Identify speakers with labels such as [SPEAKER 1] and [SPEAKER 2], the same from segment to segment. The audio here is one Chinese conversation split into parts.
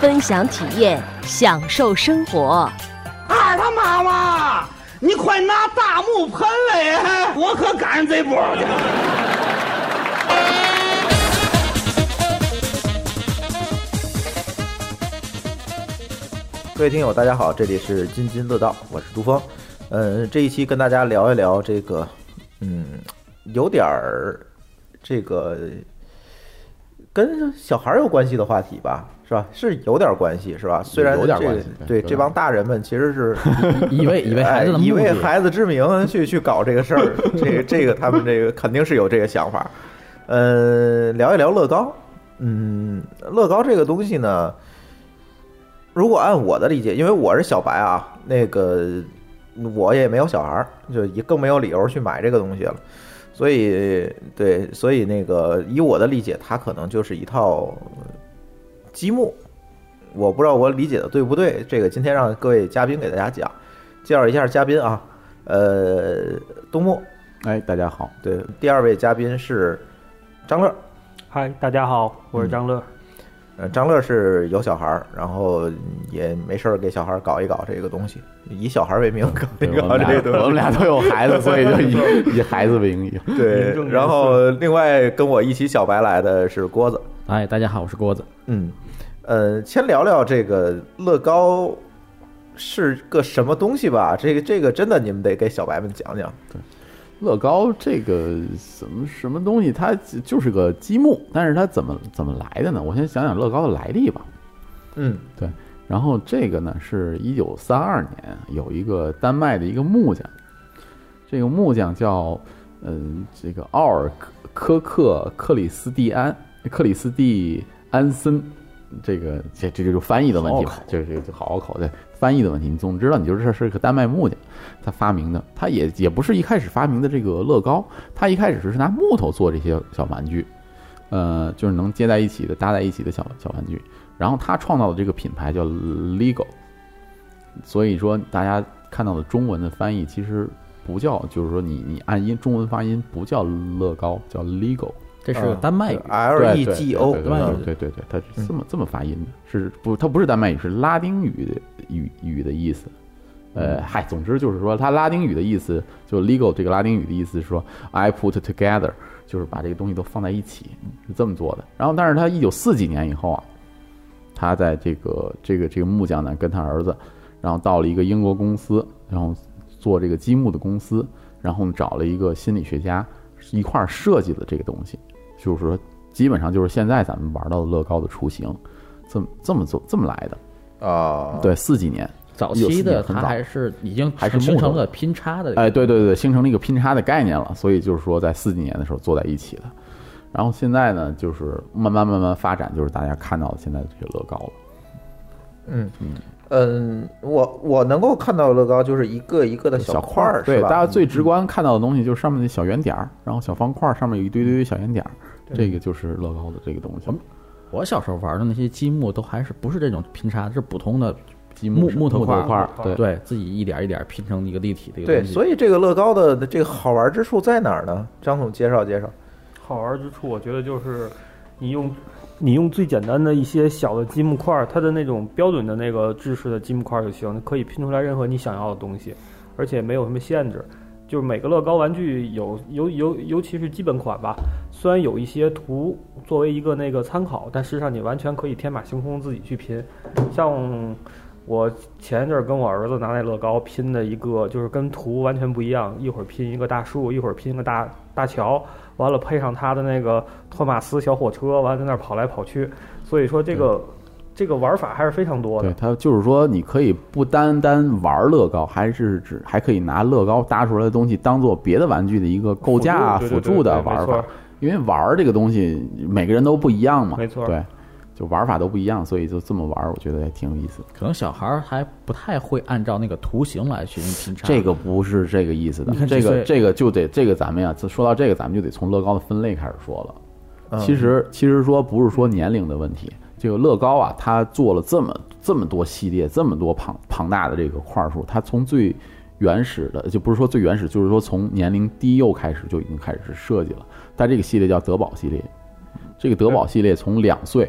[SPEAKER 1] 分享体验，享受生活。
[SPEAKER 2] 二他妈妈，啊你快拿大木盆来，我可赶上这波去了。
[SPEAKER 3] 各位听友，大家好，这里是津津乐道，我是朱峰。嗯，这一期跟大家聊一聊这个，嗯，有点儿这个跟小孩儿有关系的话题吧，是吧？是有点儿关系，是吧？虽然
[SPEAKER 4] 有点
[SPEAKER 3] 这个
[SPEAKER 4] 关系对
[SPEAKER 3] 对
[SPEAKER 4] 有点
[SPEAKER 3] 这帮大人们其 实是
[SPEAKER 4] 以为以为孩子的
[SPEAKER 3] 哎以
[SPEAKER 4] 目
[SPEAKER 3] 为
[SPEAKER 4] 的
[SPEAKER 3] 孩子之名去去搞这个事儿，这个这个他们这个肯定是有这个想法。呃，聊一聊乐高。嗯，乐高这个东西呢，如果按我的理解，因为我是小白啊，那个我也没有小孩儿，就也更没有理由去买这个东西了。所以，对，所以那个以我的理解，它可能就是一套积木。我不知道我理解的对不对，这个今天让各位嘉宾给大家讲。介绍一下嘉宾啊，呃，东木，
[SPEAKER 4] 哎，大家好，
[SPEAKER 3] 对，第二位嘉宾是张乐，
[SPEAKER 5] 嗨，大家好，我是张乐。
[SPEAKER 3] 呃，张乐是有小孩儿，然后也没事儿给小孩儿搞一搞这个东西，以小孩儿为名搞一
[SPEAKER 4] 嗯对 我
[SPEAKER 3] 搞
[SPEAKER 4] 们
[SPEAKER 3] 这
[SPEAKER 4] 俩
[SPEAKER 3] 个
[SPEAKER 4] 我
[SPEAKER 3] 东
[SPEAKER 4] 们
[SPEAKER 3] 西。
[SPEAKER 4] 俩都有孩子，所以就以以孩子为名义。
[SPEAKER 3] 对，然后另外跟我一起小白来的是郭子，
[SPEAKER 6] 哎，大家好，我是郭子。
[SPEAKER 3] 嗯，呃，先聊聊这个乐高是个什么东西吧，这个这个真的你们得给小白们讲讲。
[SPEAKER 4] 乐高这个什么什么东西，它就是个积木，但是它怎么怎么来的呢？我先讲讲乐高的来历吧。
[SPEAKER 3] 嗯
[SPEAKER 4] 然后这个呢，是一九三二年有一个丹麦的一个木匠，这个木匠叫嗯、这个奥尔科克克里斯蒂安克里斯蒂安森，这个这这就是翻译的问题吧，这这这好拗口对翻译的问题。你总知道，你就是这是个丹麦木匠，他发明的，他也也不是一开始发明的这个乐高，他一开始是拿木头做这些小玩具，呃，就是能接在一起的搭在一起的小小玩具。然后他创造的这个品牌叫 LEGO，所以说大家看到的中文的翻译其实不叫，就是说你你按音中文发音不叫乐高，叫 LEGO。
[SPEAKER 6] 这是丹麦语，
[SPEAKER 3] ，L E G O，
[SPEAKER 4] 哎对
[SPEAKER 6] 麦
[SPEAKER 4] 对对对对，它是这么这么发音的，是不？它不是丹麦语，是拉丁语的语语的意思。呃，嗨，总之就是说，它拉丁语的意思，就 legal 这个拉丁语的意思是说，I put together，就是把这个东西都放在一起，是这么做的。然后，但是他一九四几年以后啊，他在这个这个这个木匠呢，跟他儿子，然后到了一个英国公司，然后做这个积木的公司，然后找了一个心理学家一块儿设计的这个东西，就是说基本上就是现在咱们玩到的乐高的雏形，这么这么做这么来的。
[SPEAKER 3] 啊，
[SPEAKER 4] 对，四几年，
[SPEAKER 6] 早期的
[SPEAKER 4] 1944很
[SPEAKER 6] 它
[SPEAKER 4] 早
[SPEAKER 6] 还是已经
[SPEAKER 4] 还是木头
[SPEAKER 6] 形成
[SPEAKER 4] 的
[SPEAKER 6] 了拼插的。
[SPEAKER 4] 哎，对对对，形成了一个拼插的概念了，所以就是说在四几年的时候坐在一起的，然后现在呢，就是慢慢慢慢发展，就是大家看到的现在的这些乐高了。
[SPEAKER 3] 嗯，嗯，我我能够看到乐高就是一个一个的
[SPEAKER 4] 小
[SPEAKER 3] 块儿，
[SPEAKER 4] 对，
[SPEAKER 3] 是吧？
[SPEAKER 4] 大家最直观看到的东西就是上面的小圆点儿，然后小方块儿上面有一堆堆堆小圆点儿，这个就是乐高的这个东西。
[SPEAKER 6] 我小时候玩的那些积木都还是不是这种拼插，是普通的
[SPEAKER 4] 积
[SPEAKER 6] 木
[SPEAKER 4] 木
[SPEAKER 6] 头
[SPEAKER 4] 头
[SPEAKER 6] 块
[SPEAKER 4] 块儿，对
[SPEAKER 6] 对自己一点一点拼成一个立体的一个
[SPEAKER 3] 对，
[SPEAKER 6] 东西
[SPEAKER 3] 所以这个乐高的这个好玩之处在哪儿呢？张总介绍介绍。
[SPEAKER 5] 好玩之处，我觉得就是你用你用最简单的一些小的积木块儿，它的那种标准的那个制式的积木块儿就行，可以拼出来任何你想要的东西，而且没有什么限制。就是每个乐高玩具有尤尤尤其是基本款吧，虽然有一些图作为一个那个参考，但事实上你完全可以天马行空自己去拼。像我前一阵儿跟我儿子拿那乐高拼的一个，就是跟图完全不一样，一会儿拼一个大树，一会儿拼一个大大桥，完了配上他的那个托马斯小火车，完了在那儿跑来跑去。所以说这个这个玩法还是非常多
[SPEAKER 4] 嗯对
[SPEAKER 5] 的。
[SPEAKER 4] 它就是说，你可以不单单玩乐高，还是只还可以拿乐高搭出来的东西当做别的玩具的一个构架啊
[SPEAKER 5] 辅
[SPEAKER 4] 辅
[SPEAKER 5] 助对对对
[SPEAKER 4] 助的
[SPEAKER 5] 对没
[SPEAKER 4] 玩
[SPEAKER 5] 错
[SPEAKER 4] 法。因为玩儿这个东西，每个人都不一样嘛，
[SPEAKER 5] 没错
[SPEAKER 4] 对，就玩法都不一样，所以就这么玩儿，我觉得也挺有意思的。
[SPEAKER 6] 可能小孩儿还不太会按照那个图形来去拼插。
[SPEAKER 4] 这个不是这个意思的
[SPEAKER 6] 你，看
[SPEAKER 4] 这
[SPEAKER 6] 几
[SPEAKER 4] 个
[SPEAKER 6] 岁
[SPEAKER 4] 这个就得这个咱们呀，说到这个咱们就得从乐高的分类开始说了。
[SPEAKER 6] 嗯
[SPEAKER 4] 其实其实说不是说年龄的问题，这个乐高啊，它做了这么这么多系列，这么多庞庞大的这个块数，它从最原始的就不是说最原始，就是说从年龄低幼开始就已经开始设计了。它这个系列叫德宝系列，这个德宝系列从两岁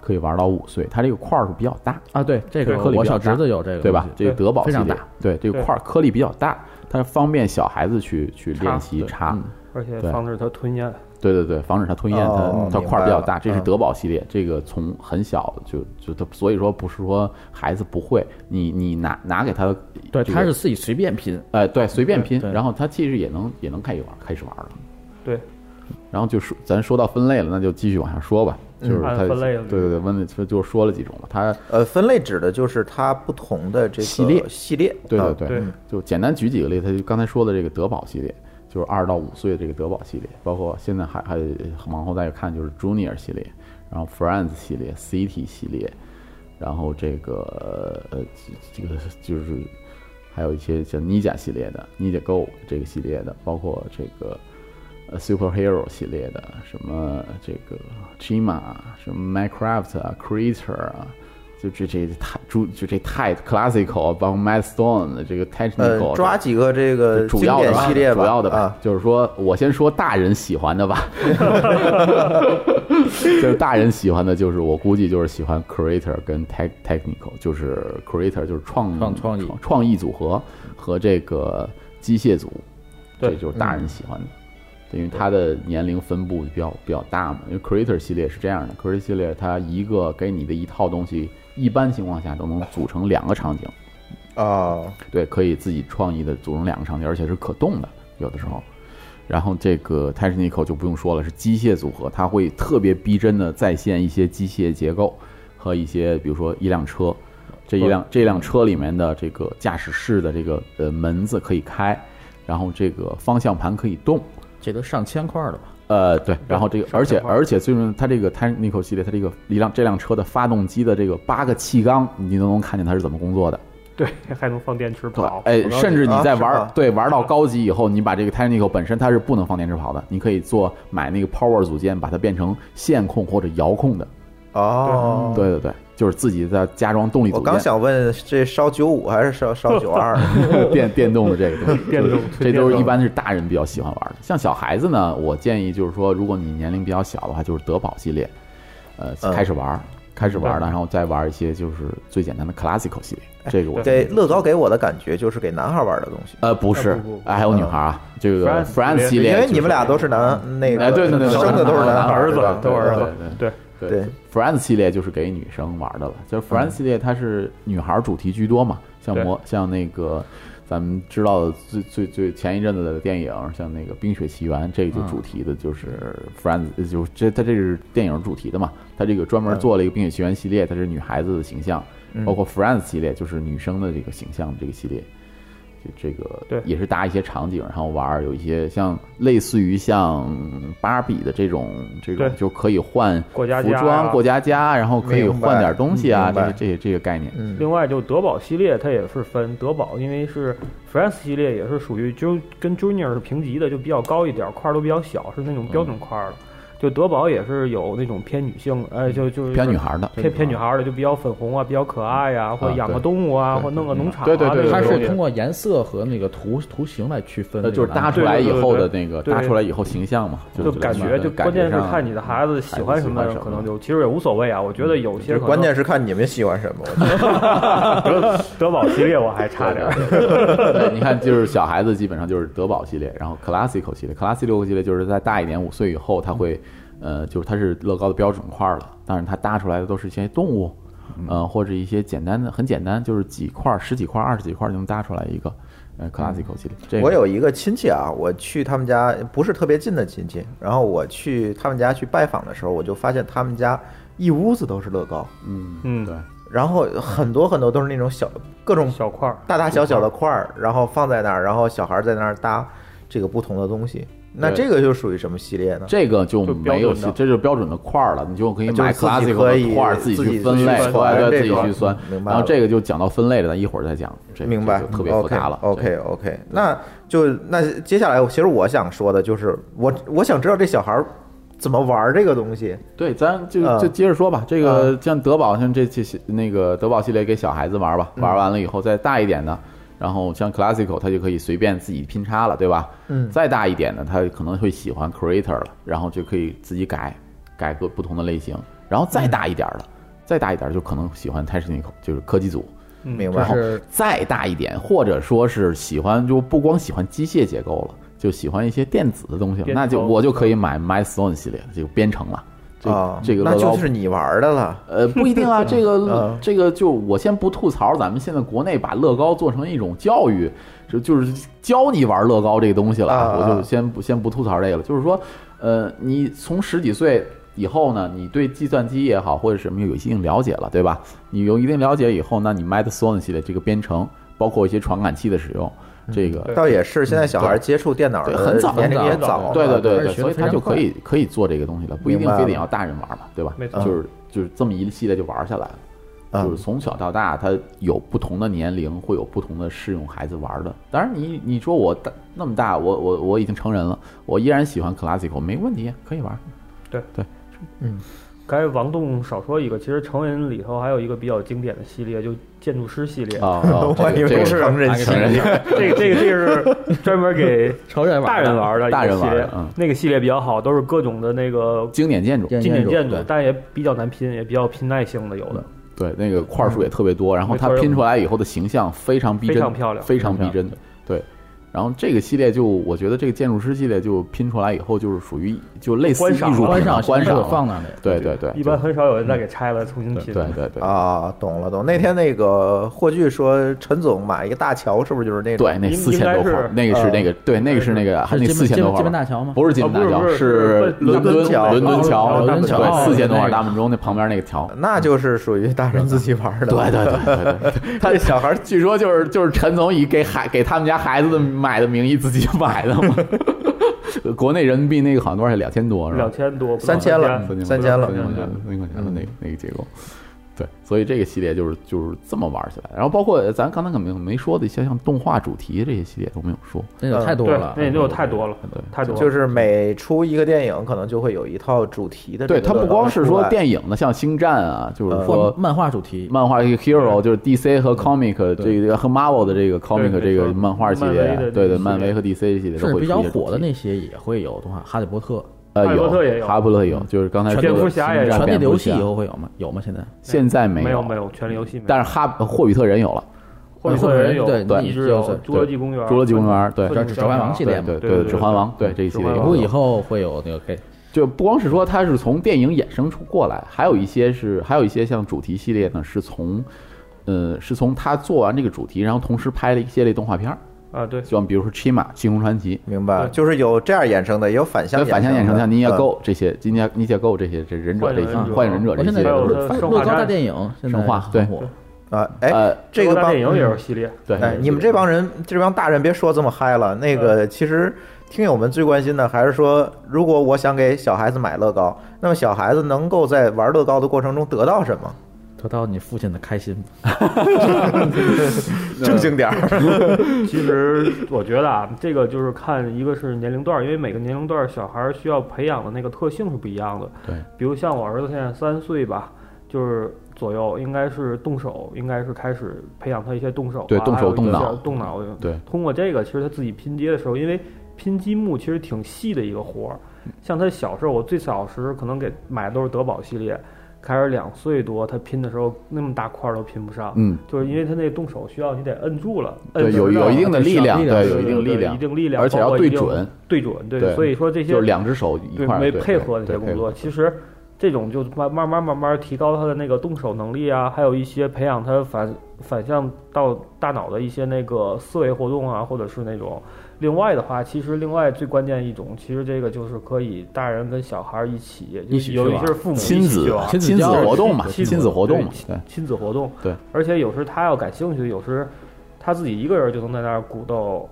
[SPEAKER 4] 可以玩到五岁，它这个块数比较大，
[SPEAKER 6] 啊，对，这个
[SPEAKER 4] 对颗粒
[SPEAKER 6] 我
[SPEAKER 4] 比较
[SPEAKER 6] 小
[SPEAKER 4] 大
[SPEAKER 6] 侄子有这个，
[SPEAKER 4] 对吧？这个
[SPEAKER 5] 对
[SPEAKER 4] 德宝
[SPEAKER 6] 非
[SPEAKER 4] 系
[SPEAKER 6] 常
[SPEAKER 4] 列
[SPEAKER 6] 大，
[SPEAKER 4] 对这个
[SPEAKER 5] 对
[SPEAKER 4] 块儿颗粒比较大，它方便小孩子去去
[SPEAKER 5] 插
[SPEAKER 4] 练习
[SPEAKER 5] 对
[SPEAKER 4] 插
[SPEAKER 6] 嗯。
[SPEAKER 5] 而且
[SPEAKER 4] 对
[SPEAKER 5] 防止它吞咽。
[SPEAKER 4] 对对对，防止它吞咽，
[SPEAKER 3] 哦
[SPEAKER 4] 它它
[SPEAKER 3] 明
[SPEAKER 4] 块儿比
[SPEAKER 3] 白
[SPEAKER 4] 较
[SPEAKER 3] 了
[SPEAKER 4] 大，这是
[SPEAKER 3] 嗯
[SPEAKER 4] 德宝系列，这个从很小就就它，所以说不是说孩子不会，你你拿拿给他的这个，
[SPEAKER 6] 对，他是自己随便拼，
[SPEAKER 4] 呃对随便拼，
[SPEAKER 6] 对对
[SPEAKER 4] 然后他其实也能也能开始玩开始玩了，
[SPEAKER 5] 对，
[SPEAKER 4] 然后就说咱说到分类了，那就继续往下说吧，就是
[SPEAKER 5] 嗯
[SPEAKER 4] 它
[SPEAKER 5] 按分类了
[SPEAKER 4] 对对对，问的就就说了几种了，它
[SPEAKER 3] 呃，分类指的就是它不同的这个
[SPEAKER 4] 系列
[SPEAKER 3] 系列，
[SPEAKER 4] 对
[SPEAKER 3] 啊
[SPEAKER 4] 对对，
[SPEAKER 5] 对
[SPEAKER 4] 就简单举几个例子，他就刚才说的这个德宝系列，就是二到五岁这个德宝系列，包括现在还还往后再看就是 Junior 系列，然后 Friends 系列、City 系列，然后这个呃这这个就是还有一些像 Ninja 系列的、Ninja Go 这个系列的，包括这个呃 Superhero 系列的，什么这个 Chima，什啊么 Minecraft 啊、Creator 啊。就这这太就就这太 classical，啊包括 Mad Stone 这个 technical，、
[SPEAKER 3] 呃，抓几个这个
[SPEAKER 4] 主
[SPEAKER 3] 经
[SPEAKER 4] 要的
[SPEAKER 3] 典
[SPEAKER 4] 吧
[SPEAKER 3] 系列
[SPEAKER 4] 主要的吧，
[SPEAKER 3] 啊，
[SPEAKER 4] 就是说我先说大人喜欢的 吧，就是大人喜欢的，就是我估计就是喜欢 creator 跟 tech technical，就是 creator 就是创
[SPEAKER 6] 创创意
[SPEAKER 4] 创意组合和这个机械组，
[SPEAKER 5] 对
[SPEAKER 4] 这就是大人喜欢的。
[SPEAKER 6] 嗯
[SPEAKER 4] 对因为它的年龄分布比较比较大嘛，因为 Creator 系列是这样的，Creator 系列它一个给你的一套东西，一般情况下都能组成两个场景，
[SPEAKER 3] 哦，
[SPEAKER 4] 对，可以自己创意的组成两个场景，而且是可动的，有的时候。然后这个 technical 就不用说了，是机械组合，它会特别逼真的再现一些机械结构和一些，比如说一辆车，这一辆这辆车里面的这个驾驶室的这个呃门子可以开，然后这个方向盘可以动，
[SPEAKER 6] 这都上千块儿了吧？
[SPEAKER 4] 呃，对，然后这个，
[SPEAKER 5] 上
[SPEAKER 4] 而且
[SPEAKER 5] 下班
[SPEAKER 4] 而且最重要的，它这个 Technical 系列，它这个一辆这辆车的发动机的这个八个气缸，你都能看见它是怎么工作的。
[SPEAKER 5] 对，还能放电池跑。
[SPEAKER 4] 哎，甚至你在玩、
[SPEAKER 3] 啊是吧
[SPEAKER 4] 对玩到高级以后，你把这个 Technical 本身它是不能放电池跑的，你可以做买那个 Power 组件，把它变成线控或者遥控的。
[SPEAKER 3] 哦，
[SPEAKER 4] 对对对，就是自己在加装动力组
[SPEAKER 3] 我
[SPEAKER 4] 件。
[SPEAKER 3] 刚想问这烧九五还是烧烧九 二？
[SPEAKER 4] 电电动的这个东西，
[SPEAKER 5] 电动
[SPEAKER 4] 就是
[SPEAKER 5] 推
[SPEAKER 4] 这
[SPEAKER 5] 电
[SPEAKER 4] 都
[SPEAKER 5] 动
[SPEAKER 4] 是一般是大人比较喜欢玩的。像小孩子呢，我建议就是说，如果你年龄比较小的话，就是德宝系列，呃，
[SPEAKER 3] 嗯
[SPEAKER 4] 开始玩儿，开始玩儿了，
[SPEAKER 5] 对
[SPEAKER 4] 然后再玩一些就是最简单的 classical 系列。这个我
[SPEAKER 3] 给乐高给我的感觉就是给男孩玩的东西，
[SPEAKER 4] 呃不是
[SPEAKER 5] 啊不不，不
[SPEAKER 4] 哎还有女孩儿啊，这个
[SPEAKER 5] France
[SPEAKER 4] France 系
[SPEAKER 5] 系
[SPEAKER 4] 列，
[SPEAKER 3] 因为你们俩都是男那
[SPEAKER 4] 哎
[SPEAKER 3] 个，
[SPEAKER 4] 对对对对
[SPEAKER 3] 生的都是男孩
[SPEAKER 5] 儿子
[SPEAKER 3] 对吧
[SPEAKER 5] 都是儿子
[SPEAKER 4] 对对
[SPEAKER 5] 对，
[SPEAKER 4] 对
[SPEAKER 3] 对
[SPEAKER 4] f r i e n d s 系列就是给女生玩的了，就是 f r i e n d s 系列它是女孩主题居多嘛，像
[SPEAKER 5] 对
[SPEAKER 4] 魔像那个咱们知道的最最最前一阵子的电影，像那个《冰雪奇缘》，这个就主题的就是 f r i e n d s 就是这它这是电影主题的嘛，它这个专门做了一个《冰雪奇缘》系列，它是女孩子的形象，包括 f r i e n d s 系列就是女生的这个形象这个系列。就这个
[SPEAKER 5] 对
[SPEAKER 4] 也是搭一些场景，然后玩儿，有一些像类似于像芭比的这种这种
[SPEAKER 5] 对
[SPEAKER 4] 就可以换
[SPEAKER 5] 过家
[SPEAKER 4] 服
[SPEAKER 5] 家
[SPEAKER 4] 装
[SPEAKER 5] 啊
[SPEAKER 4] 过家家，然后可以
[SPEAKER 3] 明白
[SPEAKER 4] 换点东西啊，
[SPEAKER 3] 嗯
[SPEAKER 4] 这
[SPEAKER 3] 明
[SPEAKER 4] 些
[SPEAKER 3] 白
[SPEAKER 4] 这些这些概念。
[SPEAKER 3] 嗯
[SPEAKER 5] 另外，就德宝系列，它也是分德宝，因为是 France 系列，也是属于 Ju 跟 Junior 是平级的，就比较高一点，块儿都比较小，是那种标准块儿的。就德宝也是有那种偏女性，哎，就就是
[SPEAKER 4] 偏女孩的，
[SPEAKER 5] 偏偏女孩儿的，就比较粉红啊，比较可爱呀、或者
[SPEAKER 4] 啊
[SPEAKER 5] 养个
[SPEAKER 4] 对
[SPEAKER 5] 动物啊，
[SPEAKER 4] 对嗯
[SPEAKER 5] 或弄个农场啊，
[SPEAKER 4] 对对对
[SPEAKER 5] 那
[SPEAKER 4] 对
[SPEAKER 6] 它
[SPEAKER 5] 种东
[SPEAKER 6] 是
[SPEAKER 5] 西
[SPEAKER 6] 通过颜色和那个图图形来区分那
[SPEAKER 4] 呃，
[SPEAKER 6] 个
[SPEAKER 4] 就是
[SPEAKER 6] 男
[SPEAKER 4] 搭
[SPEAKER 6] 孩
[SPEAKER 4] 出来以后的那个
[SPEAKER 5] 对对对对
[SPEAKER 4] 搭出来以后形象嘛，
[SPEAKER 5] 就
[SPEAKER 4] 就
[SPEAKER 5] 感觉就
[SPEAKER 4] 感
[SPEAKER 5] 关键是
[SPEAKER 4] 上
[SPEAKER 5] 看你的孩子喜欢什么
[SPEAKER 4] 孩子喜欢什，么
[SPEAKER 5] 可能就其实也无所谓啊。我觉得有些可能
[SPEAKER 3] 关键是看你们喜欢什么。我觉得
[SPEAKER 5] 德德宝系列我还差点儿，
[SPEAKER 4] 对， 你看，就是小孩子基本上就是德宝系列，然后 classical 系列，classical 系列就是在大一点五岁以后，它会，
[SPEAKER 3] 嗯
[SPEAKER 4] 呃，就是它是乐高的标准块了，但是它搭出来的都是一些动物，
[SPEAKER 3] 嗯
[SPEAKER 4] 呃，或者一些简单的，很简单，就是几块、十几块、二十几块就能搭出来一个，呃，classical 系列。这个
[SPEAKER 3] 嗯我有一个亲戚啊，我去他们家不是特别近的亲戚，然后我去他们家去拜访的时候，我就发现他们家一屋子都是乐高，
[SPEAKER 5] 嗯，
[SPEAKER 4] 对
[SPEAKER 3] 然后很多很多都是那种小各种
[SPEAKER 5] 小块儿，
[SPEAKER 3] 大大小小的块儿，然后放在那儿，然后小孩儿在那儿搭这个不同的东西。那
[SPEAKER 4] 对
[SPEAKER 3] 这个就属于什么系列呢？
[SPEAKER 4] 这个就没有
[SPEAKER 3] 就标准的
[SPEAKER 4] 其，这就是标准的块儿了，你就可以买
[SPEAKER 3] 就是自己
[SPEAKER 4] classic
[SPEAKER 3] 可以
[SPEAKER 4] 的块儿
[SPEAKER 3] 自己
[SPEAKER 4] 己去分类
[SPEAKER 3] 自己，去算
[SPEAKER 4] 对，
[SPEAKER 3] 这
[SPEAKER 4] 自己
[SPEAKER 3] 种
[SPEAKER 4] 去算。
[SPEAKER 3] 明白
[SPEAKER 4] 然后
[SPEAKER 3] 了
[SPEAKER 4] 这个就讲到分类了，咱一会儿再讲，这个
[SPEAKER 3] 明白
[SPEAKER 4] 就，特别复杂了。
[SPEAKER 3] OK OK，那就那接下来，其实我想说的就是，我我想知道这小孩儿怎么玩儿这个东西。
[SPEAKER 4] 对，咱就
[SPEAKER 3] 嗯
[SPEAKER 4] 就接着说吧。这个像德宝，像这这些那个德宝系列给小孩子玩吧，
[SPEAKER 3] 嗯
[SPEAKER 4] 玩完了以后再大一点的，然后像 classical，他就可以随便自己拼插了，对吧？
[SPEAKER 3] 嗯
[SPEAKER 4] 再大一点的，他可能会喜欢 creator 了，然后就可以自己改改个不同的类型，然后
[SPEAKER 3] 嗯
[SPEAKER 4] 再大一点的，再大一点就可能喜欢 technical，就是科技组。
[SPEAKER 3] 明
[SPEAKER 4] 然
[SPEAKER 3] 白
[SPEAKER 4] 后
[SPEAKER 6] 就？是
[SPEAKER 4] 再大一点，或者说是喜欢就不光喜欢机械结构了，就喜欢一些电子的东西了，
[SPEAKER 5] 编程
[SPEAKER 4] 那就我就可以买 My Stone 系列就编程了。这、
[SPEAKER 3] 啊，
[SPEAKER 4] 这个
[SPEAKER 3] 那
[SPEAKER 4] 乐高
[SPEAKER 3] 就是你玩儿的了。
[SPEAKER 4] 呃不一定啊，这个
[SPEAKER 3] 嗯
[SPEAKER 4] 这个就我先不吐槽，咱们现在国内把乐高做成一种教育，就就是教你玩乐高这个东西了，
[SPEAKER 3] 啊
[SPEAKER 4] 我就先不先不吐槽这个了，就是说，呃，你从十几岁。以后呢，你对计算机也好，或者什么有一定了解了，对吧？你有一定了解以后，那你 m a d s o n 系列这个编程，包括一些传感器的使用，这个
[SPEAKER 5] 对
[SPEAKER 3] 倒也是，现在小孩儿
[SPEAKER 4] 嗯对
[SPEAKER 3] 接触电脑
[SPEAKER 4] 对
[SPEAKER 3] 的
[SPEAKER 4] 很早
[SPEAKER 3] 年龄也
[SPEAKER 4] 很
[SPEAKER 3] 早了，
[SPEAKER 4] 对对对
[SPEAKER 6] 而
[SPEAKER 4] 对，
[SPEAKER 6] 且学
[SPEAKER 4] 所以
[SPEAKER 6] 得非
[SPEAKER 4] 他就
[SPEAKER 6] 常
[SPEAKER 4] 可
[SPEAKER 6] 快
[SPEAKER 4] 以可以做这个东西了，不一定
[SPEAKER 3] 明白
[SPEAKER 4] 非
[SPEAKER 3] 了
[SPEAKER 4] 得要大人玩嘛，对吧？
[SPEAKER 5] 没错
[SPEAKER 4] 就是就是这么一系列就玩下来了。
[SPEAKER 3] 嗯
[SPEAKER 4] 就是从小到大，他有不同的年龄，会有不同的适用孩子玩的。当然你，你说我大那么大，我我我已经成人了，我依然喜欢 classical，没问题，可以 玩。
[SPEAKER 5] 刚才王栋少说一个，其实成人里头还有一个比较经典的系列，就建筑师系列。
[SPEAKER 4] 啊、哦
[SPEAKER 3] 我以
[SPEAKER 4] 这
[SPEAKER 3] 为
[SPEAKER 4] 个
[SPEAKER 3] 是
[SPEAKER 4] 这个
[SPEAKER 3] 啊成人
[SPEAKER 4] 成人
[SPEAKER 3] 系
[SPEAKER 5] 这个这个这是专门给
[SPEAKER 6] 成人玩
[SPEAKER 5] 大人玩的 一
[SPEAKER 4] 大
[SPEAKER 5] 个
[SPEAKER 4] 人
[SPEAKER 5] 系
[SPEAKER 4] 玩的
[SPEAKER 5] 列
[SPEAKER 4] 嗯，
[SPEAKER 5] 那个系列比较好，都是各种的那个
[SPEAKER 4] 经典建筑，
[SPEAKER 6] 建
[SPEAKER 5] 经典建筑
[SPEAKER 6] 对，
[SPEAKER 5] 但也比较难拼，也比较拼耐性的有的。
[SPEAKER 4] 对，那个块数也特别多，然后
[SPEAKER 5] 没
[SPEAKER 4] 它
[SPEAKER 5] 错
[SPEAKER 4] 拼出来以后的形象非常逼真，
[SPEAKER 5] 非常漂亮
[SPEAKER 4] 非常逼真。对，然后这个系列就我觉得这个建筑师系列就拼出来以后就是属于就类似
[SPEAKER 5] 观
[SPEAKER 4] 艺
[SPEAKER 5] 赏
[SPEAKER 4] 术
[SPEAKER 5] 了
[SPEAKER 6] 观
[SPEAKER 4] 品
[SPEAKER 6] 赏
[SPEAKER 4] 了观赏了
[SPEAKER 6] 放那里，
[SPEAKER 4] 对对对，
[SPEAKER 5] 一般
[SPEAKER 4] 就
[SPEAKER 5] 很少有人再给拆了重新
[SPEAKER 4] 对
[SPEAKER 5] 拼。
[SPEAKER 4] 对对对
[SPEAKER 3] 啊，懂了懂。那天那个霍炬说，陈总买一个大桥，是不是就是那种？
[SPEAKER 4] 对，那
[SPEAKER 5] 应
[SPEAKER 4] 四千多
[SPEAKER 5] 应该
[SPEAKER 4] 块
[SPEAKER 5] 是
[SPEAKER 4] 儿，那个是
[SPEAKER 3] 呃
[SPEAKER 4] 那个对，那个是那个还那
[SPEAKER 6] 是金
[SPEAKER 4] 四千多
[SPEAKER 6] 金
[SPEAKER 4] 块
[SPEAKER 6] 金
[SPEAKER 4] 儿
[SPEAKER 6] 门大
[SPEAKER 4] 吧。
[SPEAKER 6] 桥吗？
[SPEAKER 4] 不是金门大
[SPEAKER 5] 啊
[SPEAKER 4] 桥，
[SPEAKER 5] 不是不是
[SPEAKER 4] 是
[SPEAKER 5] 伦
[SPEAKER 3] 敦桥
[SPEAKER 4] 伦敦
[SPEAKER 5] 哦
[SPEAKER 4] 桥，
[SPEAKER 5] 伦敦桥
[SPEAKER 4] 对，
[SPEAKER 6] 哦
[SPEAKER 4] 四千多块
[SPEAKER 6] 那
[SPEAKER 4] 儿
[SPEAKER 6] 个
[SPEAKER 4] 大本钟那旁边那个 桥，哎
[SPEAKER 3] 那就是属于大人自己玩儿
[SPEAKER 4] 嗯
[SPEAKER 3] 的。
[SPEAKER 4] 对对对对对对，他
[SPEAKER 3] 这小孩儿
[SPEAKER 4] 据说就是就是陈总以给孩给他们家孩子的买的名义自己买的嘛。 国内人民币那个好像多少钱？两千多是吧
[SPEAKER 5] 两？千多，不到
[SPEAKER 3] 三千了
[SPEAKER 5] 3000
[SPEAKER 4] 千
[SPEAKER 3] 三千了
[SPEAKER 4] 三千块钱，三千块钱的那个那个结构。对，所以这个系列就是就是这么玩起来。然后包括咱刚才可能没说的一些像动画主题这些系列都没有说。
[SPEAKER 6] 那有太多
[SPEAKER 5] 对
[SPEAKER 6] 了，，
[SPEAKER 5] 那也就太多了，
[SPEAKER 4] 对
[SPEAKER 5] 太多 了。
[SPEAKER 3] 就是每出一个电影，可能就会有一套主题的这
[SPEAKER 4] 对，
[SPEAKER 3] 个
[SPEAKER 4] 它
[SPEAKER 3] 东西出来。
[SPEAKER 4] 不光是说电影的，像星战啊，
[SPEAKER 5] 嗯
[SPEAKER 4] 就是
[SPEAKER 6] 或
[SPEAKER 4] 说
[SPEAKER 6] 漫画主题，
[SPEAKER 4] 漫画 hero 就是 DC 和 comic 这个和 Marvel 的这个 comic
[SPEAKER 5] 对
[SPEAKER 4] 这个漫画系列啊
[SPEAKER 5] 漫威
[SPEAKER 4] 对
[SPEAKER 5] 的，系
[SPEAKER 4] 对，
[SPEAKER 5] 列
[SPEAKER 4] 漫威和 DC 系列都
[SPEAKER 6] 是
[SPEAKER 4] 会
[SPEAKER 6] 比较
[SPEAKER 4] 出一些主
[SPEAKER 6] 火的
[SPEAKER 4] 题
[SPEAKER 6] 那些也会有的话，《哈利波特》
[SPEAKER 4] 呃
[SPEAKER 5] 哈利波特也
[SPEAKER 4] 有，
[SPEAKER 5] 有嗯
[SPEAKER 4] 哈利波特有，就是刚才说的
[SPEAKER 5] 蝙蝠侠也
[SPEAKER 4] 星
[SPEAKER 5] 有
[SPEAKER 6] 全
[SPEAKER 4] 战
[SPEAKER 6] 那
[SPEAKER 4] 蝙
[SPEAKER 6] 游
[SPEAKER 4] 蝠
[SPEAKER 6] 戏
[SPEAKER 4] 侠
[SPEAKER 6] 以后会有吗？有吗？现在
[SPEAKER 4] 现在没嗯
[SPEAKER 5] 没有没有，权力游戏没有。
[SPEAKER 4] 但是哈霍比特人有了，
[SPEAKER 5] 霍比特人有，
[SPEAKER 6] 对
[SPEAKER 4] 对
[SPEAKER 5] 一直有
[SPEAKER 6] 对
[SPEAKER 5] 侏罗纪公园，
[SPEAKER 4] 侏罗纪公园对
[SPEAKER 5] 各种
[SPEAKER 6] 指指环王系列
[SPEAKER 4] 对
[SPEAKER 5] 对
[SPEAKER 4] 对，
[SPEAKER 5] 对
[SPEAKER 4] 指环王对这一系列
[SPEAKER 5] 指
[SPEAKER 4] 也
[SPEAKER 5] 环王
[SPEAKER 6] 不过
[SPEAKER 4] 会
[SPEAKER 6] 以
[SPEAKER 4] 有，
[SPEAKER 6] 后会有那个可以
[SPEAKER 4] 就不光是说它是从电影衍生出过来，还有一些是还有一些像主题系列呢，是从呃是从他做完这个主题，然后同时拍了一系列动画片儿，
[SPEAKER 5] 啊，对，
[SPEAKER 4] 就像比如说《Chima》《星空传奇》。
[SPEAKER 3] 明白，
[SPEAKER 5] 对
[SPEAKER 3] 就是有这样衍生的，也有反向
[SPEAKER 4] 像反向衍
[SPEAKER 3] 衍
[SPEAKER 4] 生，
[SPEAKER 3] 生
[SPEAKER 4] 像
[SPEAKER 3] 的。
[SPEAKER 4] 《尼亚
[SPEAKER 3] 嗯
[SPEAKER 4] 购》这些，《金尼尼亚购》这些，这忍者
[SPEAKER 5] 幻
[SPEAKER 4] 这
[SPEAKER 5] 影
[SPEAKER 4] 些，
[SPEAKER 5] 忍者
[SPEAKER 4] 幻影忍者这
[SPEAKER 6] 我
[SPEAKER 4] 些
[SPEAKER 6] 些
[SPEAKER 4] 系列
[SPEAKER 6] 乐
[SPEAKER 4] 都
[SPEAKER 5] 还
[SPEAKER 4] 是反
[SPEAKER 6] 乐
[SPEAKER 5] 有它生
[SPEAKER 6] 高
[SPEAKER 5] 化
[SPEAKER 6] 大
[SPEAKER 5] 战
[SPEAKER 6] 电影，现在
[SPEAKER 4] 生化
[SPEAKER 6] 很
[SPEAKER 4] 对
[SPEAKER 6] 火
[SPEAKER 3] 啊，哎，
[SPEAKER 4] 呃
[SPEAKER 3] 这个
[SPEAKER 5] 大
[SPEAKER 3] 帮
[SPEAKER 5] 电影也有系列，
[SPEAKER 4] 对。
[SPEAKER 3] 哎，你们这帮人，这帮大人别说这么嗨了。那个，其实听友们最关心的还是说，如果我想给小孩子买乐高，那么小孩子能够在玩乐高的过程中得到什么？
[SPEAKER 6] 得到你父亲的开心。
[SPEAKER 3] 正经点儿。
[SPEAKER 5] 其实我觉得啊，这个就是看一个是年龄段儿，因为每个年龄段儿小孩儿需要培养的那个特性是不一样的。
[SPEAKER 4] 对，
[SPEAKER 5] 比如像我儿子现在三岁吧，就是左右，应该是动手，应该是开始培养他一些动手啊、
[SPEAKER 4] 对动手
[SPEAKER 5] 还有一些
[SPEAKER 4] 动脑嗯
[SPEAKER 5] 动脑。
[SPEAKER 4] 对，
[SPEAKER 5] 通过这个，其实他自己拼接的时候，因为拼积木其实挺细的一个活儿。
[SPEAKER 4] 嗯
[SPEAKER 5] 像他小时候，我最小时可能给买的都是德宝系列，开始两岁多，他拼的时候那么大块儿都拼不上。
[SPEAKER 4] 嗯，
[SPEAKER 5] 就是因为他那动手需要你得摁住了，摁
[SPEAKER 4] 对，有
[SPEAKER 5] 直了
[SPEAKER 4] 有一定的力量，
[SPEAKER 6] 力量
[SPEAKER 4] 对，有一
[SPEAKER 5] 对
[SPEAKER 4] 定力
[SPEAKER 5] 对
[SPEAKER 4] 量
[SPEAKER 5] 一，定力量，
[SPEAKER 4] 而且
[SPEAKER 5] 包
[SPEAKER 4] 要
[SPEAKER 5] 括
[SPEAKER 4] 对
[SPEAKER 5] 一定
[SPEAKER 4] 准，
[SPEAKER 5] 对准，对，
[SPEAKER 4] 对
[SPEAKER 5] 所以说这些
[SPEAKER 4] 就是两只手一
[SPEAKER 5] 对
[SPEAKER 4] 块儿
[SPEAKER 5] 没
[SPEAKER 4] 对
[SPEAKER 5] 配合那
[SPEAKER 4] 对
[SPEAKER 5] 些工作，
[SPEAKER 4] 对
[SPEAKER 5] 其实这种就慢慢慢慢慢提高他的那个动手能力啊，还有一些培养他反反向到大脑的一些那个思维活动啊，或者是那种。另外的话，其实另外最关键一种，其实这个就是可以大人跟小孩儿一起，
[SPEAKER 6] 一起去
[SPEAKER 5] 尤其
[SPEAKER 6] 玩
[SPEAKER 5] 是父母一起
[SPEAKER 4] 亲子
[SPEAKER 5] 去玩
[SPEAKER 6] 亲子
[SPEAKER 4] 亲子
[SPEAKER 6] 教育
[SPEAKER 4] 活动嘛，
[SPEAKER 5] 亲子
[SPEAKER 4] 亲子活动嘛，对
[SPEAKER 5] 对，亲子活动。
[SPEAKER 4] 对，
[SPEAKER 5] 而且有时他要感兴趣，有时他自己一个人就能在那儿鼓捣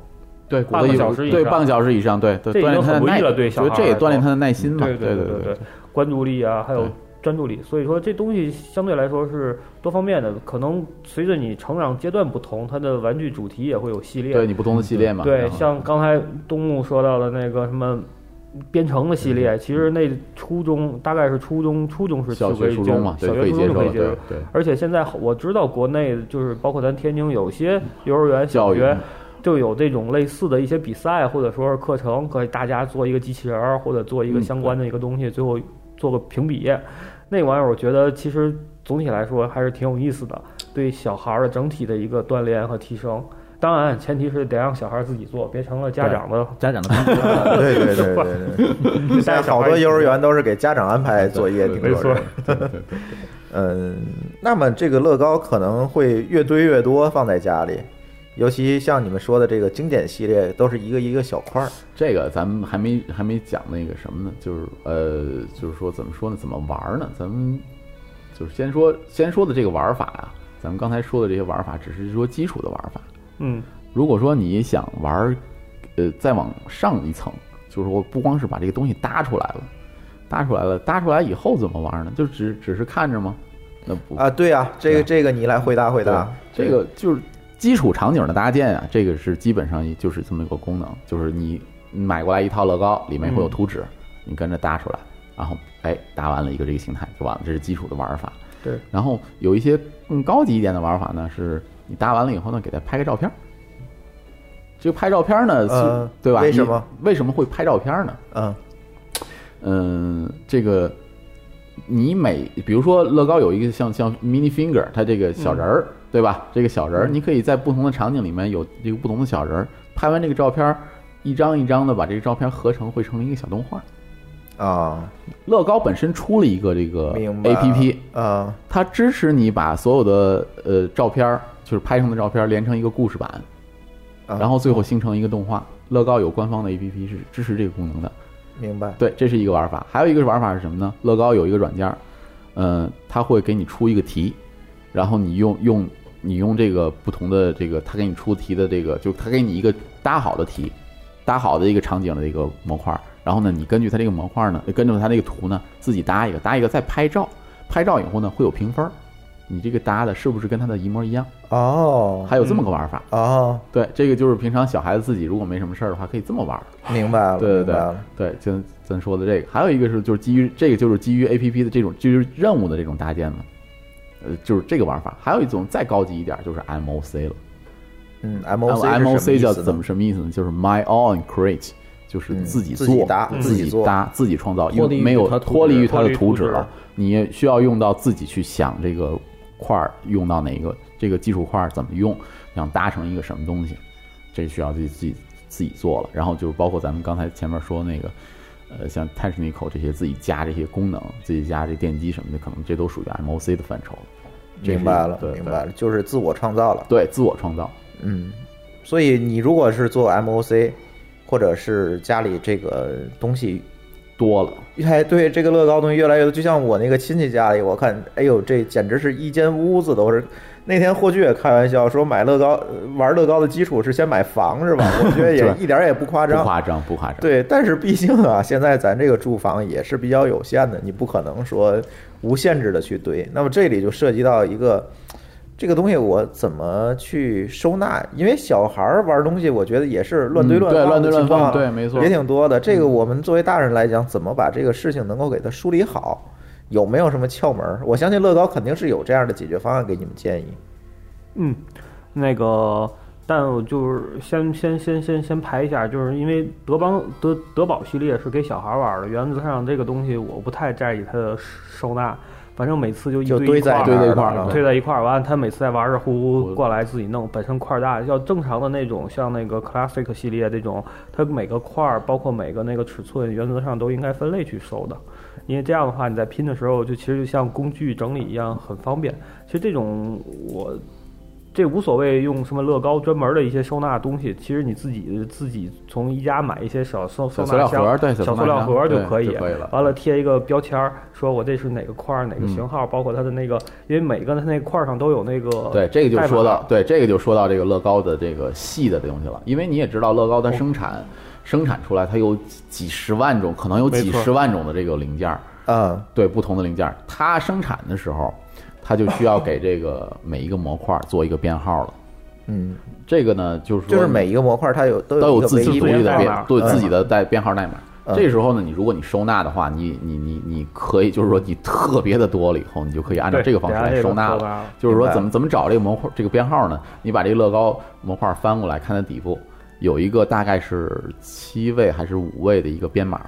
[SPEAKER 4] 对，骨
[SPEAKER 5] 半
[SPEAKER 4] 头
[SPEAKER 5] 个
[SPEAKER 4] 一
[SPEAKER 5] 小时以
[SPEAKER 4] 对
[SPEAKER 5] 上
[SPEAKER 4] 半个小时以上，对，对
[SPEAKER 5] 这已
[SPEAKER 4] 锻炼他
[SPEAKER 5] 经很
[SPEAKER 4] 的
[SPEAKER 5] 不易
[SPEAKER 4] 耐，
[SPEAKER 5] 了对小
[SPEAKER 4] 觉得
[SPEAKER 5] 孩
[SPEAKER 4] 这
[SPEAKER 5] 儿
[SPEAKER 4] 也
[SPEAKER 5] 来
[SPEAKER 4] 锻炼
[SPEAKER 5] 说
[SPEAKER 4] 他的耐心嘛，
[SPEAKER 5] 对
[SPEAKER 4] 对
[SPEAKER 5] 对
[SPEAKER 4] 对
[SPEAKER 5] 对，关注力啊，还有
[SPEAKER 4] 对
[SPEAKER 5] 专注力，所以说这东西相对来说是多方面的，可能随着你成长阶段不同，它的玩具主题也会有系列。
[SPEAKER 4] 对你不同的系列嘛，
[SPEAKER 5] 对，
[SPEAKER 4] 然后
[SPEAKER 5] 像刚才东木说到的那个什么编程的系列，其实那初中大概是初中初中时
[SPEAKER 4] 嗯
[SPEAKER 5] 期
[SPEAKER 4] 小
[SPEAKER 5] 就可
[SPEAKER 4] 学
[SPEAKER 5] 以
[SPEAKER 4] 初
[SPEAKER 5] 接
[SPEAKER 4] 中嘛，对，
[SPEAKER 5] 小
[SPEAKER 4] 可
[SPEAKER 5] 学
[SPEAKER 4] 以
[SPEAKER 5] 初
[SPEAKER 4] 接
[SPEAKER 5] 中就
[SPEAKER 4] 受
[SPEAKER 5] 可以
[SPEAKER 4] 了，
[SPEAKER 5] 接受
[SPEAKER 4] 对。对。
[SPEAKER 5] 而且现在我知道国内就是包括咱天津有些幼儿园、小
[SPEAKER 4] 教育
[SPEAKER 5] 学就有这种类似的一些比赛或者说是课程，可以大家做一个机器人儿或者做一个
[SPEAKER 4] 嗯
[SPEAKER 5] 相关的一个东西，最后做个评比。那玩意儿我觉得其实总体来说还是挺有意思的，对小孩儿的整体的一个锻炼和提升。当然，前提是得让小孩儿自己做，别成了家长的。
[SPEAKER 6] 家长的 工作
[SPEAKER 3] 呃对对对对对。现在好多幼儿园都是给家长安排作业，
[SPEAKER 4] 对
[SPEAKER 3] 听
[SPEAKER 5] 没
[SPEAKER 3] 说
[SPEAKER 5] 错
[SPEAKER 3] 是。嗯，那么这个乐高可能会越堆越多，放在家里。尤其像你们说的这个经典系列，都是一个一个小块儿。
[SPEAKER 4] 这个咱们还没还没讲那个什么呢，就是呃，就是说怎么说呢，怎么玩儿呢？咱们就是先说先说的这个玩法啊，咱们刚才说的这些玩法只是说基础的玩法。
[SPEAKER 5] 嗯，
[SPEAKER 4] 如果说你想玩儿，呃，再往上一层，就是我不光是把这个东西搭出来了，搭出来了，搭出来以后怎么玩儿呢？就只只是看着吗？那不
[SPEAKER 3] 啊，对啊，这
[SPEAKER 4] 嗯对
[SPEAKER 3] 个
[SPEAKER 4] 啊
[SPEAKER 3] 这个你来回答回答。
[SPEAKER 4] 对这个就是基础场景的搭建啊，这个是基本上就是这么一个功能，就是你买过来一套乐高，里面会有
[SPEAKER 3] 嗯
[SPEAKER 4] 图纸，你跟着搭出来，然后哎搭完了一个这个形态就完了，这是基础的玩法。
[SPEAKER 5] 对，
[SPEAKER 4] 然后有一些更高级一点的玩法呢，是你搭完了以后呢，给它拍个照片儿。这个拍照片儿呢，
[SPEAKER 3] 呃
[SPEAKER 4] 是对吧？
[SPEAKER 3] 为什
[SPEAKER 4] 你
[SPEAKER 3] 么
[SPEAKER 4] 为什么会拍照片儿呢？
[SPEAKER 3] 嗯，
[SPEAKER 4] 嗯，这个你每比如说乐高有一个像像 mini finger，它这个小人儿、对吧？这个小人儿，你可以在不同的场景里面有这个不同的小人儿。拍完这个照片儿，一张一张的把这个照片合成，会成为一个小动画。
[SPEAKER 3] 啊，
[SPEAKER 4] 乐高本身出了一个这个
[SPEAKER 3] 呃明白。
[SPEAKER 4] A P P，
[SPEAKER 3] 啊，
[SPEAKER 4] 它支持你把所有的呃照片儿，就是拍成的照片儿连成一个故事版，
[SPEAKER 3] 啊
[SPEAKER 4] 然后最后形成一个动画。乐高有官方的 A P P 是支持这个功能的。
[SPEAKER 3] 明白。
[SPEAKER 4] 对，这是一个玩法。还有一个玩法是什么呢？乐高有一个软件儿，嗯、它会给你出一个题，然后你用用你用这个不同的这个，它给你出题的这个，就它给你一个搭好的题，搭好的一个场景的一个模块儿，然后呢，你根据它这个模块儿呢，根据它这个图呢，自己搭一个，搭一个再拍照，拍照以后呢会有评分儿，你这个搭的是不是跟它的一模一样？
[SPEAKER 3] 哦，
[SPEAKER 4] 还有这么个玩法。
[SPEAKER 3] 哦，
[SPEAKER 4] 对，这个就是平常小孩子自己如果没什么事儿的话，可以这么玩儿。
[SPEAKER 3] 明白了，
[SPEAKER 4] 对对
[SPEAKER 3] 明白
[SPEAKER 4] 对
[SPEAKER 3] 了。
[SPEAKER 4] 对，就咱说的这个，还有一个是就是基于这个就是基于 A P P 的这种基于任务的这种搭建嘛，呃，就是这个玩法。还有一种再高级一点就是 M O C 了
[SPEAKER 3] 嗯，M O C
[SPEAKER 4] M O C 叫怎
[SPEAKER 3] 么
[SPEAKER 4] 么什么意思呢？就是 My Own Create，就是
[SPEAKER 3] 嗯
[SPEAKER 4] 自己
[SPEAKER 3] 自
[SPEAKER 4] 做、
[SPEAKER 3] 己搭自
[SPEAKER 4] 自
[SPEAKER 3] 己做
[SPEAKER 4] 搭、自己创造，因
[SPEAKER 6] 脱离
[SPEAKER 4] 为
[SPEAKER 6] 于
[SPEAKER 4] 没有
[SPEAKER 6] 它图纸
[SPEAKER 4] 脱离于它
[SPEAKER 5] 脱
[SPEAKER 4] 的
[SPEAKER 5] 离
[SPEAKER 4] 图
[SPEAKER 5] 图
[SPEAKER 4] 纸
[SPEAKER 5] 纸
[SPEAKER 4] 了，你也需要用到自己去想这个块儿用到哪一个，这个基础块儿怎么用，想搭成一个什么东西，这需要自己自己自己做了。然后就是包括咱们刚才前面说那个，呃，像 Technical 这些自己加这些功能，自己加这电机什么的，可能这都属于 MOC 的范畴了。这是
[SPEAKER 3] 明白了，
[SPEAKER 4] 对
[SPEAKER 3] 明白了，就是自我创造了。
[SPEAKER 4] 对，自我创造。
[SPEAKER 3] 嗯，所以你如果是做 MOC，或者是家里这个东西，
[SPEAKER 4] 多了，
[SPEAKER 3] 哎，对这个乐高东西越来越多，就像我那个亲戚家里，我看，哎呦，这简直是一间屋子都是。那天霍炬也开玩笑说，买乐高呃玩乐高的基础是先买房是吧？我觉得也
[SPEAKER 4] 对
[SPEAKER 3] 一点儿也不夸
[SPEAKER 4] 不
[SPEAKER 3] 张。
[SPEAKER 4] 夸张，不夸张。
[SPEAKER 3] 对，但是毕竟啊，现在咱这个住房也是比较有限的，你不可能说无限制的去堆。那么这里就涉及到一个这个东西，我怎么去收纳？因为小孩儿玩东西，我觉得也是乱堆
[SPEAKER 4] 嗯
[SPEAKER 3] 乱
[SPEAKER 4] 对
[SPEAKER 3] 放、
[SPEAKER 4] 乱堆乱放对没错嗯
[SPEAKER 3] 也挺多的。这个我们作为大人来讲，怎么把这个事情能够给它梳理好？有没有什么窍门儿？我相信乐高肯定是有这样的解决方案给你们建议。
[SPEAKER 5] 嗯，那个，但我就是先先先先先排一下，就是因为德邦德德宝系列是给小孩玩的，原则上这个东西我不太在意它的收纳，反正每次就一
[SPEAKER 3] 就
[SPEAKER 5] 堆
[SPEAKER 3] 堆在
[SPEAKER 4] 堆在
[SPEAKER 5] 堆
[SPEAKER 4] 一
[SPEAKER 3] 一
[SPEAKER 4] 块
[SPEAKER 3] 块
[SPEAKER 4] 儿
[SPEAKER 3] 儿
[SPEAKER 4] 了
[SPEAKER 3] 了啊
[SPEAKER 5] 堆在一块儿，完了他每次在玩儿呼
[SPEAKER 4] 我
[SPEAKER 5] 呼过来自己弄，本身块儿大，要正常的那种像那个 classic 系列这种，它每个块儿包括每个那个尺寸，原则上都应该分类去收的。因为这样的话，你在拼的时候就其实就像工具整理一样很方便。其实这种我这无所谓用什么乐高专门的一些收纳东西，其实你自己自己从宜家买一些小收
[SPEAKER 4] 小
[SPEAKER 5] 收纳
[SPEAKER 4] 塑料
[SPEAKER 5] 箱
[SPEAKER 4] 盒儿对小
[SPEAKER 5] 小
[SPEAKER 4] 塑
[SPEAKER 5] 塑
[SPEAKER 4] 料
[SPEAKER 5] 料
[SPEAKER 4] 箱
[SPEAKER 5] 盒儿
[SPEAKER 4] 对
[SPEAKER 5] 可以，
[SPEAKER 4] 就可以了
[SPEAKER 5] 完了贴一个标签儿，说我这是哪个块儿哪个
[SPEAKER 4] 嗯
[SPEAKER 5] 型号，包括它的那个，因为每个它那个块儿上都有那个
[SPEAKER 4] 对，这个就
[SPEAKER 5] 代码
[SPEAKER 4] 说到，对，这个就说到这个乐高的这个细的东西了，因为你也知道乐高它生产、生产出来，它有几几十万种，可能有
[SPEAKER 5] 没
[SPEAKER 4] 几
[SPEAKER 5] 错
[SPEAKER 4] 十万种的这个零件儿，
[SPEAKER 3] 啊，
[SPEAKER 4] 对不同的零件儿，它生产的时候，它就需要给这个每一个模块儿做一个编号了。
[SPEAKER 3] 嗯，
[SPEAKER 4] 这个呢，就是说
[SPEAKER 3] 就是每一个模块它有都
[SPEAKER 4] 都
[SPEAKER 3] 有一
[SPEAKER 4] 有
[SPEAKER 3] 个
[SPEAKER 4] 自
[SPEAKER 3] 唯
[SPEAKER 4] 己
[SPEAKER 3] 一
[SPEAKER 4] 独
[SPEAKER 3] 的
[SPEAKER 4] 立的
[SPEAKER 5] 代
[SPEAKER 4] 编
[SPEAKER 3] 啊
[SPEAKER 5] 码，
[SPEAKER 4] 都有自己的代编号代码。
[SPEAKER 3] 嗯
[SPEAKER 4] 这时候呢，你如果你收纳的话，你你你你可以，就是说你特别的多了以后，你就可以按照
[SPEAKER 5] 对
[SPEAKER 4] 这个方式
[SPEAKER 5] 得按
[SPEAKER 4] 来
[SPEAKER 5] 这个
[SPEAKER 4] 收纳
[SPEAKER 5] 收纳
[SPEAKER 4] 了
[SPEAKER 5] 了。
[SPEAKER 4] 就是
[SPEAKER 3] 明
[SPEAKER 4] 说
[SPEAKER 3] 白
[SPEAKER 4] 怎么怎么找这个模块这个编号呢？你把这个乐高模块翻过来，看它底部有一个大概是七位还是五位的一个编码。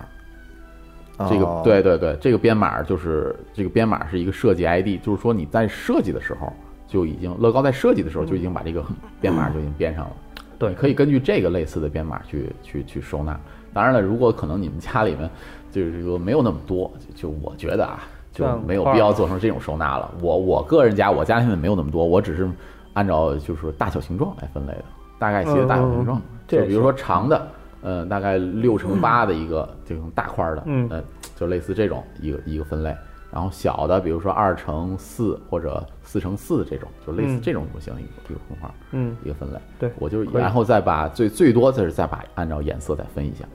[SPEAKER 4] 这个
[SPEAKER 3] 哦
[SPEAKER 4] 对对对，这个编码就是这个编码是一个设计 ID，就是说你在设计的时候就已经乐高在设计的时候就已经把这个编码就已经编上了。
[SPEAKER 5] 对
[SPEAKER 4] 你可以根据这个类似的编码去去去收纳。当然了，如果可能你们家里面就是说没有那么多，就就我觉得啊，就
[SPEAKER 5] 像
[SPEAKER 4] 没有
[SPEAKER 5] 块儿
[SPEAKER 4] 必要做成这种收纳了。我我个人家我家现在没有那么多，我只是按照就是说大小形状来分类的，大概其的大小形状。
[SPEAKER 5] 嗯这也
[SPEAKER 4] 就比如说长的，呃，大概六乘八的一个这种大块儿的，
[SPEAKER 5] 嗯
[SPEAKER 4] 呃，就类似这种一个一个分类。然后小的，比如说二乘四或者四乘四这种，就类似
[SPEAKER 5] 嗯
[SPEAKER 4] 这种模型一个一个分块儿，
[SPEAKER 5] 嗯
[SPEAKER 4] 一个分类。
[SPEAKER 5] 对
[SPEAKER 4] 我就是
[SPEAKER 5] 可以
[SPEAKER 4] 然后再把最最多就是再把按照颜色再分一下。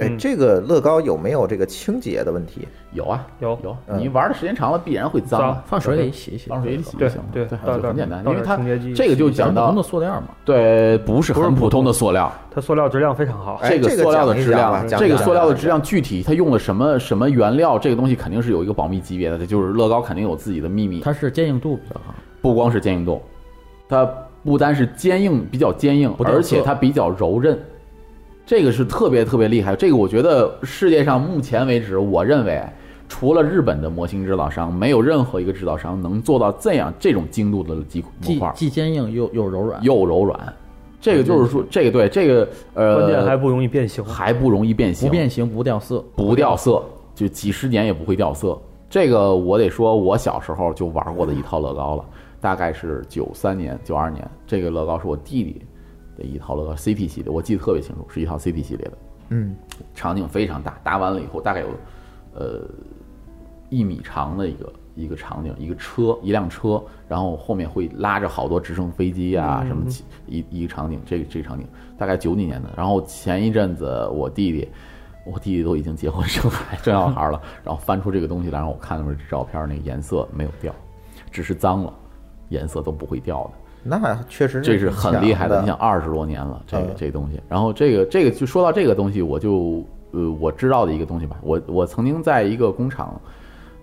[SPEAKER 3] 哎，
[SPEAKER 4] 嗯
[SPEAKER 3] 这个乐高有没有这个清洁的问题？
[SPEAKER 4] 有啊，
[SPEAKER 5] 有
[SPEAKER 4] 有，
[SPEAKER 3] 嗯
[SPEAKER 4] 你玩的时间长了必然会脏啊
[SPEAKER 5] 脏，
[SPEAKER 6] 放水里洗一洗，
[SPEAKER 4] 放水里洗就
[SPEAKER 5] 对
[SPEAKER 4] 行了，
[SPEAKER 5] 对
[SPEAKER 4] 对，
[SPEAKER 5] 倒
[SPEAKER 4] 就很
[SPEAKER 5] 点
[SPEAKER 4] 简单，
[SPEAKER 5] 倒
[SPEAKER 4] 因为
[SPEAKER 5] 点
[SPEAKER 4] 它
[SPEAKER 5] 清洁剂
[SPEAKER 4] 这个就
[SPEAKER 6] 小
[SPEAKER 4] 讲
[SPEAKER 6] 不同
[SPEAKER 4] 到
[SPEAKER 6] 的塑料嘛，
[SPEAKER 4] 对，不是很普通的塑料，
[SPEAKER 5] 它塑料质量非常好，
[SPEAKER 3] 哎
[SPEAKER 4] 个
[SPEAKER 3] 这个
[SPEAKER 4] 塑料的
[SPEAKER 3] 讲一
[SPEAKER 4] 质
[SPEAKER 3] 讲吧
[SPEAKER 4] 量，
[SPEAKER 3] 讲
[SPEAKER 4] 这个
[SPEAKER 3] 讲
[SPEAKER 4] 塑料的
[SPEAKER 3] 讲
[SPEAKER 4] 质量具体它用了什么什么原料，这个东西肯定是有一个保密级别的，就是乐高肯定有自己的秘密。
[SPEAKER 6] 它是坚硬度比较好。
[SPEAKER 4] 不光是坚硬度，它不单是坚硬，比较坚硬，
[SPEAKER 6] 不掉色
[SPEAKER 4] 而且它比较柔韧，这个是特别特别厉害。这个我觉得世界上目前为止，我认为除了日本的模型制造商，没有任何一个制造商能做到这样这种精度的几模
[SPEAKER 6] 既
[SPEAKER 4] 块儿，
[SPEAKER 6] 既坚硬又又柔软，
[SPEAKER 4] 又柔软。这个就是说，这个对这个呃，
[SPEAKER 5] 关键还不容易变形。
[SPEAKER 4] 还不容易变形，
[SPEAKER 6] 不变形不掉色，
[SPEAKER 4] 不掉色，就几十年也不会掉色。这个我得说，我小时候就玩过的一套乐高了，大概是九三年、九二年，这个乐高是我弟弟的一套乐高 CT 系列，我记得特别清楚，是一套 CT 系列的，
[SPEAKER 3] 嗯，
[SPEAKER 4] 场景非常大，搭完了以后大概有呃一米长的一个一个场景，一个车，一辆车，然后后面会拉着好多直升飞机啊，什么起一一个场景，这个这个场景大概九几年的。然后前一阵子我弟弟，我弟弟都已经结婚生孩生小孩了，然后翻出这个东西来，然后我看了会儿这照片，那个颜色没有掉，只是脏了，颜色都不会掉的。
[SPEAKER 3] 那确实
[SPEAKER 4] 这是很厉害
[SPEAKER 3] 的
[SPEAKER 4] 的。你想，二十多年了，这个
[SPEAKER 3] 嗯
[SPEAKER 4] 这东西。然后这个这个就说到这个东西，我就呃我知道的一个东西吧。我我曾经在一个工厂，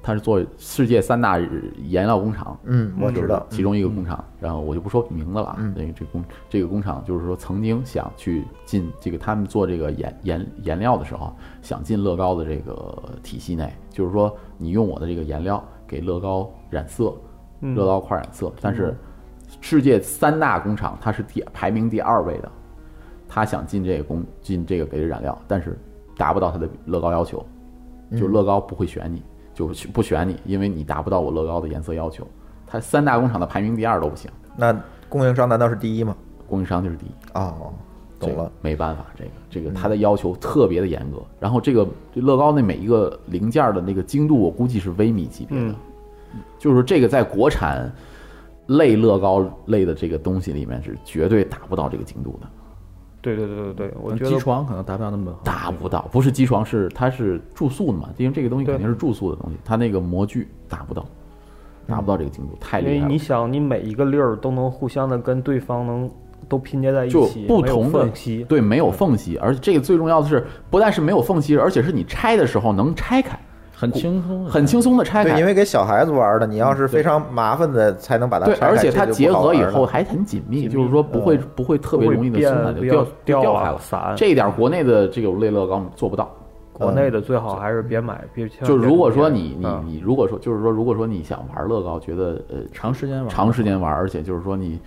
[SPEAKER 4] 它是做世界三大颜料工厂，
[SPEAKER 3] 嗯，我
[SPEAKER 4] 就是
[SPEAKER 3] 知道，嗯
[SPEAKER 4] 其中一个工厂，然后我就不说名字了啊。那个这工这个工厂就是说曾经想去进这个他们做这个颜颜颜料的时候，想进乐高的这个体系内，就是说你用我的这个颜料给乐高染色，
[SPEAKER 5] 嗯
[SPEAKER 4] 乐高块染色，但是世界三大工厂它是第排名第二位的，他想进这个工进这个给的染料，但是达不到他的乐高要求，就乐高不会选你，就不选你，因为你达不到我乐高的颜色要求。它三大工厂的排名第二都不行，
[SPEAKER 3] 那供应商难道是第一吗？
[SPEAKER 4] 供应商就是第一。
[SPEAKER 3] 哦，
[SPEAKER 4] 这
[SPEAKER 3] 懂
[SPEAKER 4] 个
[SPEAKER 3] 了。
[SPEAKER 4] 没办法，这个这
[SPEAKER 5] 嗯
[SPEAKER 4] 个它的要求特别的严格。然后这个这乐高那每一个零件的那个精度，我估计是微米级别的，
[SPEAKER 5] 嗯
[SPEAKER 4] 就是这个在国产类乐高类的这个东西里面是绝对达不到这个精度的，
[SPEAKER 5] 哦对对对对
[SPEAKER 4] 嗯
[SPEAKER 5] 对，
[SPEAKER 6] 可
[SPEAKER 5] 我
[SPEAKER 6] 能嗯
[SPEAKER 5] 觉
[SPEAKER 6] 机
[SPEAKER 5] 得
[SPEAKER 6] 床可能达不到那么好。
[SPEAKER 4] 达不到。不是机床，是它是注塑的嘛，因为这个东西
[SPEAKER 5] 对
[SPEAKER 4] 肯定是注塑的东西，它那个模具达不到，达不到这个精度，太
[SPEAKER 5] 因
[SPEAKER 4] 厉
[SPEAKER 5] 为
[SPEAKER 4] 害了
[SPEAKER 5] 你。想，你每一个粒儿都能互相的跟对方能都拼接在一
[SPEAKER 4] 就
[SPEAKER 5] 起，
[SPEAKER 4] 不
[SPEAKER 5] 没有
[SPEAKER 4] 同的
[SPEAKER 5] 缝隙
[SPEAKER 4] 对没有缝隙，而且这个最重要的是，不但是没有缝隙，而且是你拆的时候能拆开，
[SPEAKER 6] 很轻松，啊
[SPEAKER 4] 很轻松的啊拆
[SPEAKER 3] 对，
[SPEAKER 4] 开
[SPEAKER 3] 因。为给小孩子玩的，你要是非常麻烦的，才能把它
[SPEAKER 4] 嗯对，
[SPEAKER 3] 拆开
[SPEAKER 4] 而且它
[SPEAKER 3] 这就
[SPEAKER 4] 结
[SPEAKER 3] 不好
[SPEAKER 4] 合以
[SPEAKER 3] 玩了嗯
[SPEAKER 4] 后还很紧密，就是说不会不会特别容易的松散就
[SPEAKER 5] 不会
[SPEAKER 4] 掉
[SPEAKER 5] 变
[SPEAKER 4] 就
[SPEAKER 5] 不要
[SPEAKER 4] 掉
[SPEAKER 5] 掉啊
[SPEAKER 4] 开了。
[SPEAKER 5] 散
[SPEAKER 4] 这一点国内的这种类乐高做不到。
[SPEAKER 5] 国内的最好还是别买，别千万
[SPEAKER 4] 就
[SPEAKER 5] 别
[SPEAKER 4] 如果说
[SPEAKER 5] 买
[SPEAKER 4] 你你
[SPEAKER 5] 嗯
[SPEAKER 4] 你如果说就是说如果说你想玩乐高，觉得呃
[SPEAKER 6] 长时间玩，
[SPEAKER 4] 长时
[SPEAKER 3] 嗯
[SPEAKER 4] 间玩，而且就是说你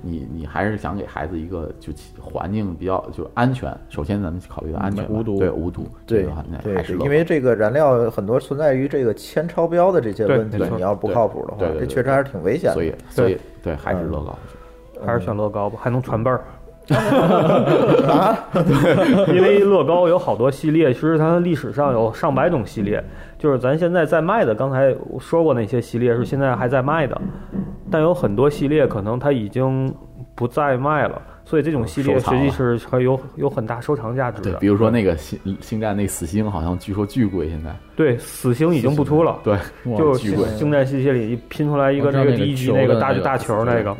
[SPEAKER 4] 你你还是想给孩子一个就其环境比较就安全。首先咱们考虑到安全吧，
[SPEAKER 6] 无毒
[SPEAKER 4] 对无毒，这
[SPEAKER 3] 对
[SPEAKER 4] 个还
[SPEAKER 3] 对
[SPEAKER 4] 还是
[SPEAKER 3] 对，
[SPEAKER 4] 乐高
[SPEAKER 3] 因为这个燃料很多存在于这个铅超标的这些
[SPEAKER 5] 对
[SPEAKER 3] 问题
[SPEAKER 5] 没，错
[SPEAKER 3] 你要不
[SPEAKER 4] 对
[SPEAKER 3] 靠谱的话
[SPEAKER 4] 对对，对
[SPEAKER 3] 这确实还是挺危险的。嗯
[SPEAKER 4] 所以所以对还是乐高。
[SPEAKER 5] 还是选乐高吧，还能传辈儿。嗯啊 因为乐高有好多系列，其实它历史上有上百种系列，就是咱现在在卖的，刚才我说过那些系列是现在还在卖的，但有很多系列可能它已经不再卖了，所以这种系列
[SPEAKER 4] 收藏
[SPEAKER 5] 实
[SPEAKER 4] 了
[SPEAKER 5] 际是还有有很大收藏价值
[SPEAKER 4] 对，
[SPEAKER 5] 的
[SPEAKER 4] 比。如说那个星星战那死星，好像据说巨贵，现在
[SPEAKER 5] 对，死星已经不出了，
[SPEAKER 4] 对，
[SPEAKER 5] 就
[SPEAKER 4] 巨
[SPEAKER 5] 是
[SPEAKER 4] 贵。
[SPEAKER 5] 《星战》系列里拼出来一个
[SPEAKER 6] 我知道
[SPEAKER 5] 那个第一集
[SPEAKER 6] 球的
[SPEAKER 5] 那
[SPEAKER 6] 那
[SPEAKER 5] 个大大球那个
[SPEAKER 6] 个，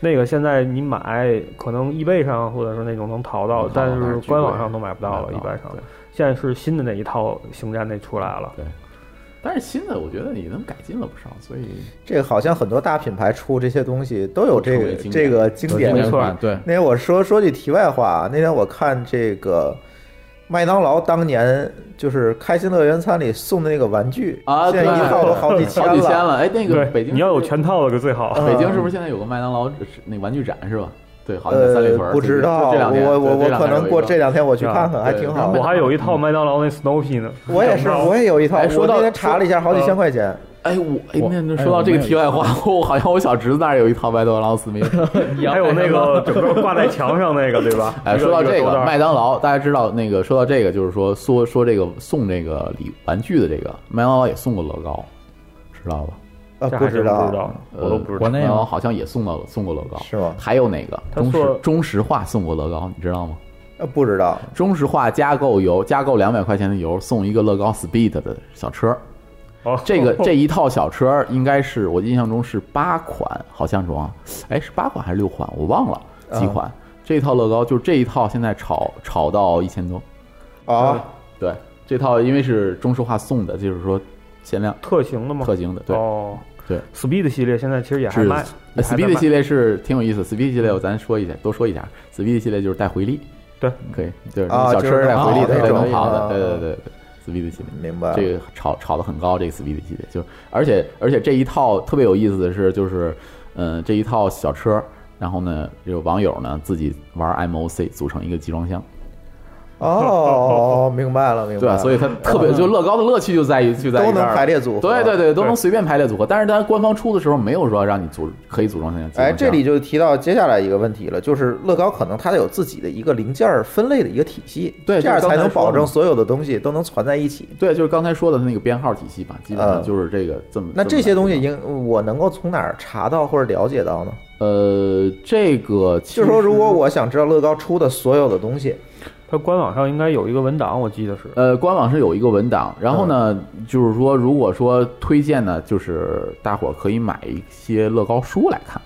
[SPEAKER 5] 那个现在你买可能易贝上或者说那种能淘到，
[SPEAKER 4] 能淘到
[SPEAKER 5] 但
[SPEAKER 4] 但
[SPEAKER 5] 是
[SPEAKER 4] 是
[SPEAKER 5] 官网
[SPEAKER 4] 巨贵
[SPEAKER 5] 上都买不到了，
[SPEAKER 4] 买
[SPEAKER 5] 一
[SPEAKER 4] 不到
[SPEAKER 5] 般上
[SPEAKER 4] 对。
[SPEAKER 5] 现在是新的那一套星战那出来了，
[SPEAKER 4] 但是新的我觉得也能改进了不少，所以
[SPEAKER 3] 这个好像很多大品牌出这些东西都有这
[SPEAKER 4] 都成为
[SPEAKER 3] 个
[SPEAKER 4] 经典
[SPEAKER 3] 这个经典
[SPEAKER 6] 经
[SPEAKER 3] 的
[SPEAKER 6] 典款，对，
[SPEAKER 3] 那天我说说句题外话啊，那天我看这个麦当劳当年就是开心乐园餐里送的那个玩具
[SPEAKER 4] 啊
[SPEAKER 3] 现在
[SPEAKER 4] 对
[SPEAKER 3] 一套都好几千
[SPEAKER 4] 好几千
[SPEAKER 3] 了。
[SPEAKER 4] 了。哎，那个北
[SPEAKER 5] 对，
[SPEAKER 4] 京呃
[SPEAKER 5] 你要有嗯全套的可最好。
[SPEAKER 4] 北京是不是现在有个麦当劳那玩具展是吧？对，好像在三里
[SPEAKER 3] 呃
[SPEAKER 4] 屯，儿。
[SPEAKER 3] 不知道，
[SPEAKER 4] 就这两天
[SPEAKER 3] 我我
[SPEAKER 4] 对这
[SPEAKER 3] 我
[SPEAKER 4] 两
[SPEAKER 3] 可
[SPEAKER 4] 天有
[SPEAKER 3] 能
[SPEAKER 4] 一
[SPEAKER 3] 过
[SPEAKER 4] 个
[SPEAKER 3] 这两天我去
[SPEAKER 4] 对
[SPEAKER 3] 看看，还
[SPEAKER 4] 对
[SPEAKER 3] 挺
[SPEAKER 4] 然
[SPEAKER 3] 好
[SPEAKER 4] 后
[SPEAKER 3] 的。
[SPEAKER 5] 我还有一
[SPEAKER 4] 嗯
[SPEAKER 5] 套麦当劳那 Snoopy 呢，
[SPEAKER 3] 我也是，我也有一套。
[SPEAKER 4] 哎说
[SPEAKER 3] 我
[SPEAKER 4] 到
[SPEAKER 3] 那天查了一下，好几千块钱。
[SPEAKER 4] 哎，我哎，
[SPEAKER 6] 我
[SPEAKER 4] 那那
[SPEAKER 6] 哎
[SPEAKER 4] 说到
[SPEAKER 6] 我
[SPEAKER 4] 这个
[SPEAKER 6] 没有
[SPEAKER 4] 题外话， 我好像我小侄子那儿有一套麦当劳斯 密。
[SPEAKER 5] 还有那个整个挂在墙上那个，对吧？
[SPEAKER 4] 哎，
[SPEAKER 5] 一
[SPEAKER 4] 说到
[SPEAKER 5] 一
[SPEAKER 4] 这
[SPEAKER 5] 兜
[SPEAKER 4] 个
[SPEAKER 5] 带
[SPEAKER 4] 麦当劳，大家知道那个说到这个，就是说说说这个送这个礼玩具的这个麦当劳也送过乐高，知道吧？
[SPEAKER 3] 啊，
[SPEAKER 5] 这还真
[SPEAKER 3] 知
[SPEAKER 5] 不知
[SPEAKER 3] 道，
[SPEAKER 5] 道，
[SPEAKER 4] 呃
[SPEAKER 5] 我都不知
[SPEAKER 6] 国
[SPEAKER 5] 道。
[SPEAKER 6] 内
[SPEAKER 4] 麦当劳
[SPEAKER 6] 吗？
[SPEAKER 4] 好像也送到送过乐高，
[SPEAKER 3] 是吗？
[SPEAKER 4] 还有哪个
[SPEAKER 5] 他
[SPEAKER 4] 中
[SPEAKER 5] 说
[SPEAKER 4] 石中石化送过乐高，你知道吗？
[SPEAKER 3] 呃，不知道。
[SPEAKER 4] 中石化加购油，加购两百块钱的油，送一个乐高 Speed 的小车。
[SPEAKER 5] 哦
[SPEAKER 4] 这个这一套小车应该是我印象中是八款，好像中啊，哎是八款还是六款，我忘了
[SPEAKER 5] 嗯
[SPEAKER 4] 几款。这一套乐高就这一套现在炒炒到一千多，
[SPEAKER 3] 啊，
[SPEAKER 4] 对，这套因为是中石化送的，就是说限量
[SPEAKER 5] 特型的吗？
[SPEAKER 4] 特型的，对。
[SPEAKER 5] 哦，
[SPEAKER 4] 对
[SPEAKER 5] ，Speed 系列现在其实也还
[SPEAKER 4] 是
[SPEAKER 5] 卖
[SPEAKER 4] 呃
[SPEAKER 5] 也还在
[SPEAKER 4] Speed
[SPEAKER 5] 卖嗯
[SPEAKER 4] 系列是挺有意思，Speed 系列我咱说一下，多说一下，Speed 系列就是带回力，
[SPEAKER 5] 对，
[SPEAKER 4] 可以，就是
[SPEAKER 3] 啊
[SPEAKER 4] 小
[SPEAKER 3] 就是
[SPEAKER 4] 车带回力的
[SPEAKER 6] 能跑的那
[SPEAKER 4] 能
[SPEAKER 6] 种
[SPEAKER 4] 跑的，
[SPEAKER 3] 啊
[SPEAKER 4] 对对对对，Speed 系列。
[SPEAKER 3] 明白。
[SPEAKER 4] 这个炒炒得很高，这个 Speed 系列就是，而且而且这一套特别有意思的是，就是，嗯、这一套小车，然后呢，有网友呢自己玩 MOC 组成一个集装箱，
[SPEAKER 3] 哦，明白了，明白
[SPEAKER 4] 对吧？啊
[SPEAKER 3] 了。
[SPEAKER 4] 所以它特别就乐高的乐趣就在于就在于
[SPEAKER 3] 都
[SPEAKER 4] 这
[SPEAKER 3] 能
[SPEAKER 4] 儿
[SPEAKER 3] 排列组合。
[SPEAKER 4] 对对对，都
[SPEAKER 5] 对
[SPEAKER 4] 能随便排列组合。但是它官方出的时候没有说让你组可以组装成集装箱。
[SPEAKER 3] 哎，这里就提到接下来一个问题了，就是乐高可能它有自己的一个零件儿分类的一个体系，
[SPEAKER 4] 对
[SPEAKER 3] 这样
[SPEAKER 4] 就是刚
[SPEAKER 3] 才
[SPEAKER 4] 才
[SPEAKER 3] 能保
[SPEAKER 4] 说的
[SPEAKER 3] 证
[SPEAKER 4] 嘛
[SPEAKER 3] 所有的东西都能攒在一起。
[SPEAKER 4] 对，就是刚才说的那个编号体系吧，基本上
[SPEAKER 3] 嗯
[SPEAKER 4] 就是这个这么。
[SPEAKER 3] 那
[SPEAKER 4] 么
[SPEAKER 3] 这些
[SPEAKER 4] 来
[SPEAKER 3] 东西
[SPEAKER 4] 的
[SPEAKER 3] 应我能够从哪儿查到或者了解到呢？
[SPEAKER 4] 呃，这个其
[SPEAKER 3] 就是说，如果
[SPEAKER 4] 实
[SPEAKER 3] 我想知道乐高出的所有的东西，
[SPEAKER 5] 它官网上应该有一个文档，我记得是。
[SPEAKER 4] 呃，官网是有一个文档，然后
[SPEAKER 5] 嗯
[SPEAKER 4] 呢，就是说，如果说推荐呢，就是大伙儿可以买一些乐高书来看。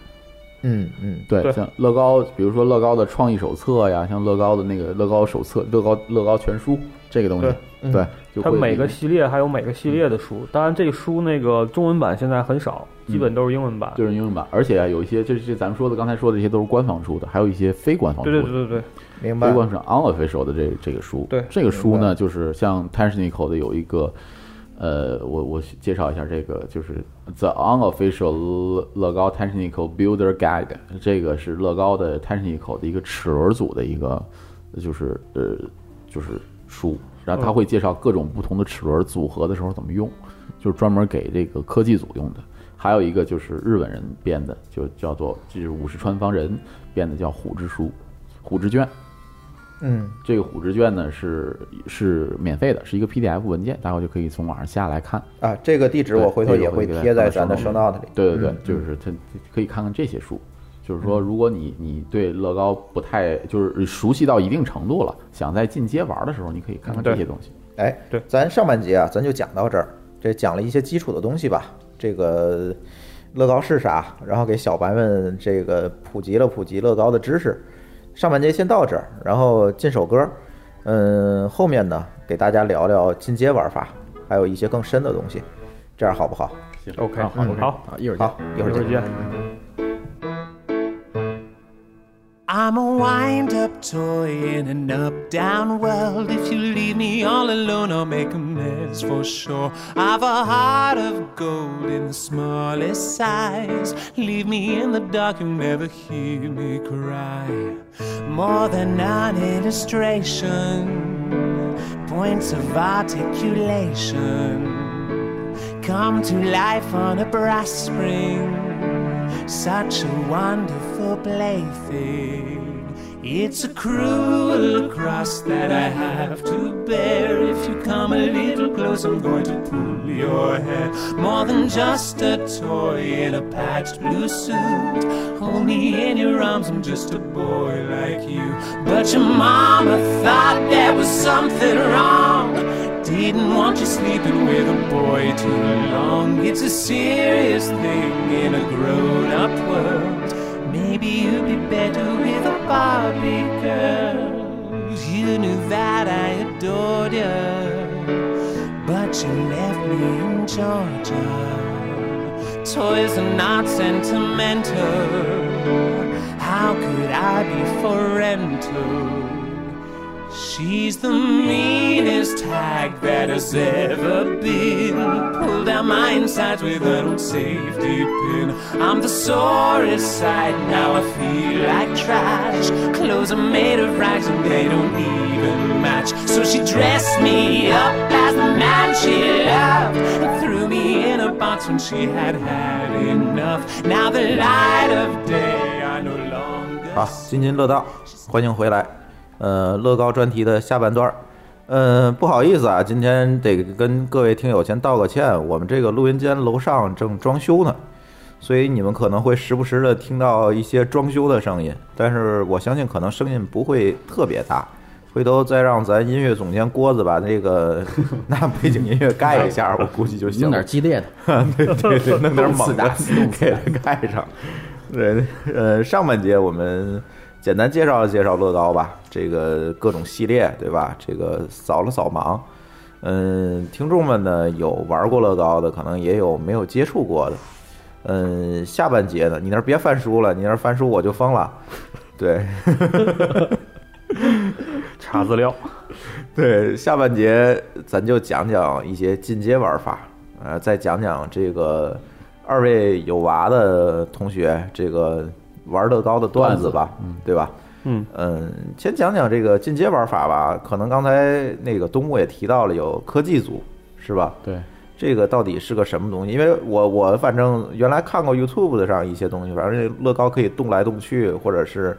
[SPEAKER 3] 嗯嗯，
[SPEAKER 4] 对，
[SPEAKER 5] 对
[SPEAKER 4] 像乐高，比如说乐高的创意手册呀，像乐高的那个乐高手册、乐高乐高全书这个东西，
[SPEAKER 3] 嗯
[SPEAKER 4] 对，就
[SPEAKER 5] 它
[SPEAKER 4] 会
[SPEAKER 5] 每个嗯系列还有每个系列的书，当然这个书那个中文版现在很少，基本都是英文版。
[SPEAKER 4] 就是英文版，而且啊有一些这这咱们说的刚才说的这些都是官方出的，还有一些非官方出
[SPEAKER 5] 对
[SPEAKER 4] 的。
[SPEAKER 5] 对对对对，
[SPEAKER 3] 明白
[SPEAKER 4] 非。官方 unofficial 的这这个书，
[SPEAKER 5] 对
[SPEAKER 4] 这个书
[SPEAKER 3] 明
[SPEAKER 4] 呢，就是像 Tashnico 的有一个，呃，我我介绍一下这个，就是 The Unofficial 乐高 Tashnico Builder Guide，这个是乐高的 Tashnico 的一个齿轮组的一个，就是呃就是书，然后他
[SPEAKER 5] 嗯
[SPEAKER 4] 会介绍各种不同的齿轮组合的时候怎么用，就是专门给这个科技组用的。还有一个就是日本人编的，就叫做就是五十川方人编的叫虎之书，虎之卷。
[SPEAKER 3] 嗯，
[SPEAKER 4] 这个虎之卷呢是是免费的，是一个 PDF 文件，大伙就可以从网上下来看。
[SPEAKER 3] 啊，这个地址我回头
[SPEAKER 4] 对这个
[SPEAKER 3] 也
[SPEAKER 4] 我
[SPEAKER 3] 会
[SPEAKER 4] 给大家
[SPEAKER 3] 贴在
[SPEAKER 4] 放
[SPEAKER 3] 咱的 show
[SPEAKER 4] show
[SPEAKER 3] note 里。
[SPEAKER 4] 对对对，
[SPEAKER 3] 嗯
[SPEAKER 4] 就是它可以看看这些书。就是说，如果你你对乐高不太就是熟悉到一定程度了，想在进阶玩的时候，你可以看看这些东西。
[SPEAKER 3] 哎，
[SPEAKER 5] 对
[SPEAKER 3] 咱上半节啊，咱就讲到这儿，这讲了一些基础的东西吧。这个乐高是啥，然后给小白们这个普及了普及乐高的知识。上半节先到这儿，然后进首歌。嗯，后面呢，给大家聊聊进阶玩法，还有一些更深的东西，这样好不好？
[SPEAKER 5] OK，
[SPEAKER 6] 啊好
[SPEAKER 5] 嗯好，
[SPEAKER 6] 啊，一会儿见
[SPEAKER 3] 好。，一
[SPEAKER 5] 一
[SPEAKER 3] 会儿
[SPEAKER 5] 会
[SPEAKER 3] 见
[SPEAKER 5] 儿。见。
[SPEAKER 7] I'm a wind up toy in an up down world. If you leave me all alone, I'll make a mess for sure. I've a heart of gold in the smallest size. Leave me in the dark, you'll never hear me cry. More than an illustration, points of articulation come to life on a brass spring. such a wonderful plaything. It's a cruel cross that I have to bear. If you come a little close, I'm going to pull your hair. More than just a toy in a patched blue suit. Hold me in your arms, I'm just a boy like you. But your mama thought there was something wrong. Didn't want you sleeping with a boy too long. It's a serious thing in a grown up world. Maybe you'd be better with a Barbie girl. You knew that I adored you, but you left me in Georgia. Toys are not sentimental. How could I be for rental? She's the meanest hag that has ever been. Pulled out my insides with an old safety pin. I'm the sorest sight, now I feel like trash. Clothes are made of rags and they don't even match. So she dressed me up as the man she loved. And threw me in a box when she had had enough. Now the light of day I no longer
[SPEAKER 3] 好，津津乐道，欢迎回来。呃，乐高专题的下半段儿，呃，不好意思啊，今天得跟各位听友先道个歉，我们这个录音间楼上正装修呢，所以你们可能会时不时的听到一些装修的声音，但是我相信可能声音不会特别大。回头再让咱音乐总监郭子把那个 那背景音乐盖一下，我估计就行
[SPEAKER 6] 弄
[SPEAKER 3] 了
[SPEAKER 6] 点。激烈的，
[SPEAKER 3] 对对对，弄点 猛的
[SPEAKER 6] 动次打次
[SPEAKER 3] 给它盖上。对，呃，上半节我们简单介绍了介绍乐高吧，这个各种系列，对吧？这个扫了扫盲。嗯，听众们呢有玩过乐高的，可能也有没有接触过的。嗯，下半节呢，你那儿别翻书了，你那儿翻书我就疯了。对，
[SPEAKER 5] 查资料，
[SPEAKER 3] 对，下半节咱就讲讲一些进阶玩法，呃，再讲讲这个二位有娃的同学这个玩乐高的段子吧，对吧？
[SPEAKER 5] 嗯
[SPEAKER 3] 嗯，先讲讲这个进阶玩法吧。可能刚才那个东木也提到了有科技组，是吧？
[SPEAKER 4] 对，
[SPEAKER 3] 这个到底是个什么东西？因为我我反正原来看过 YouTube 的上一些东西，反正乐高可以动来动去，或者是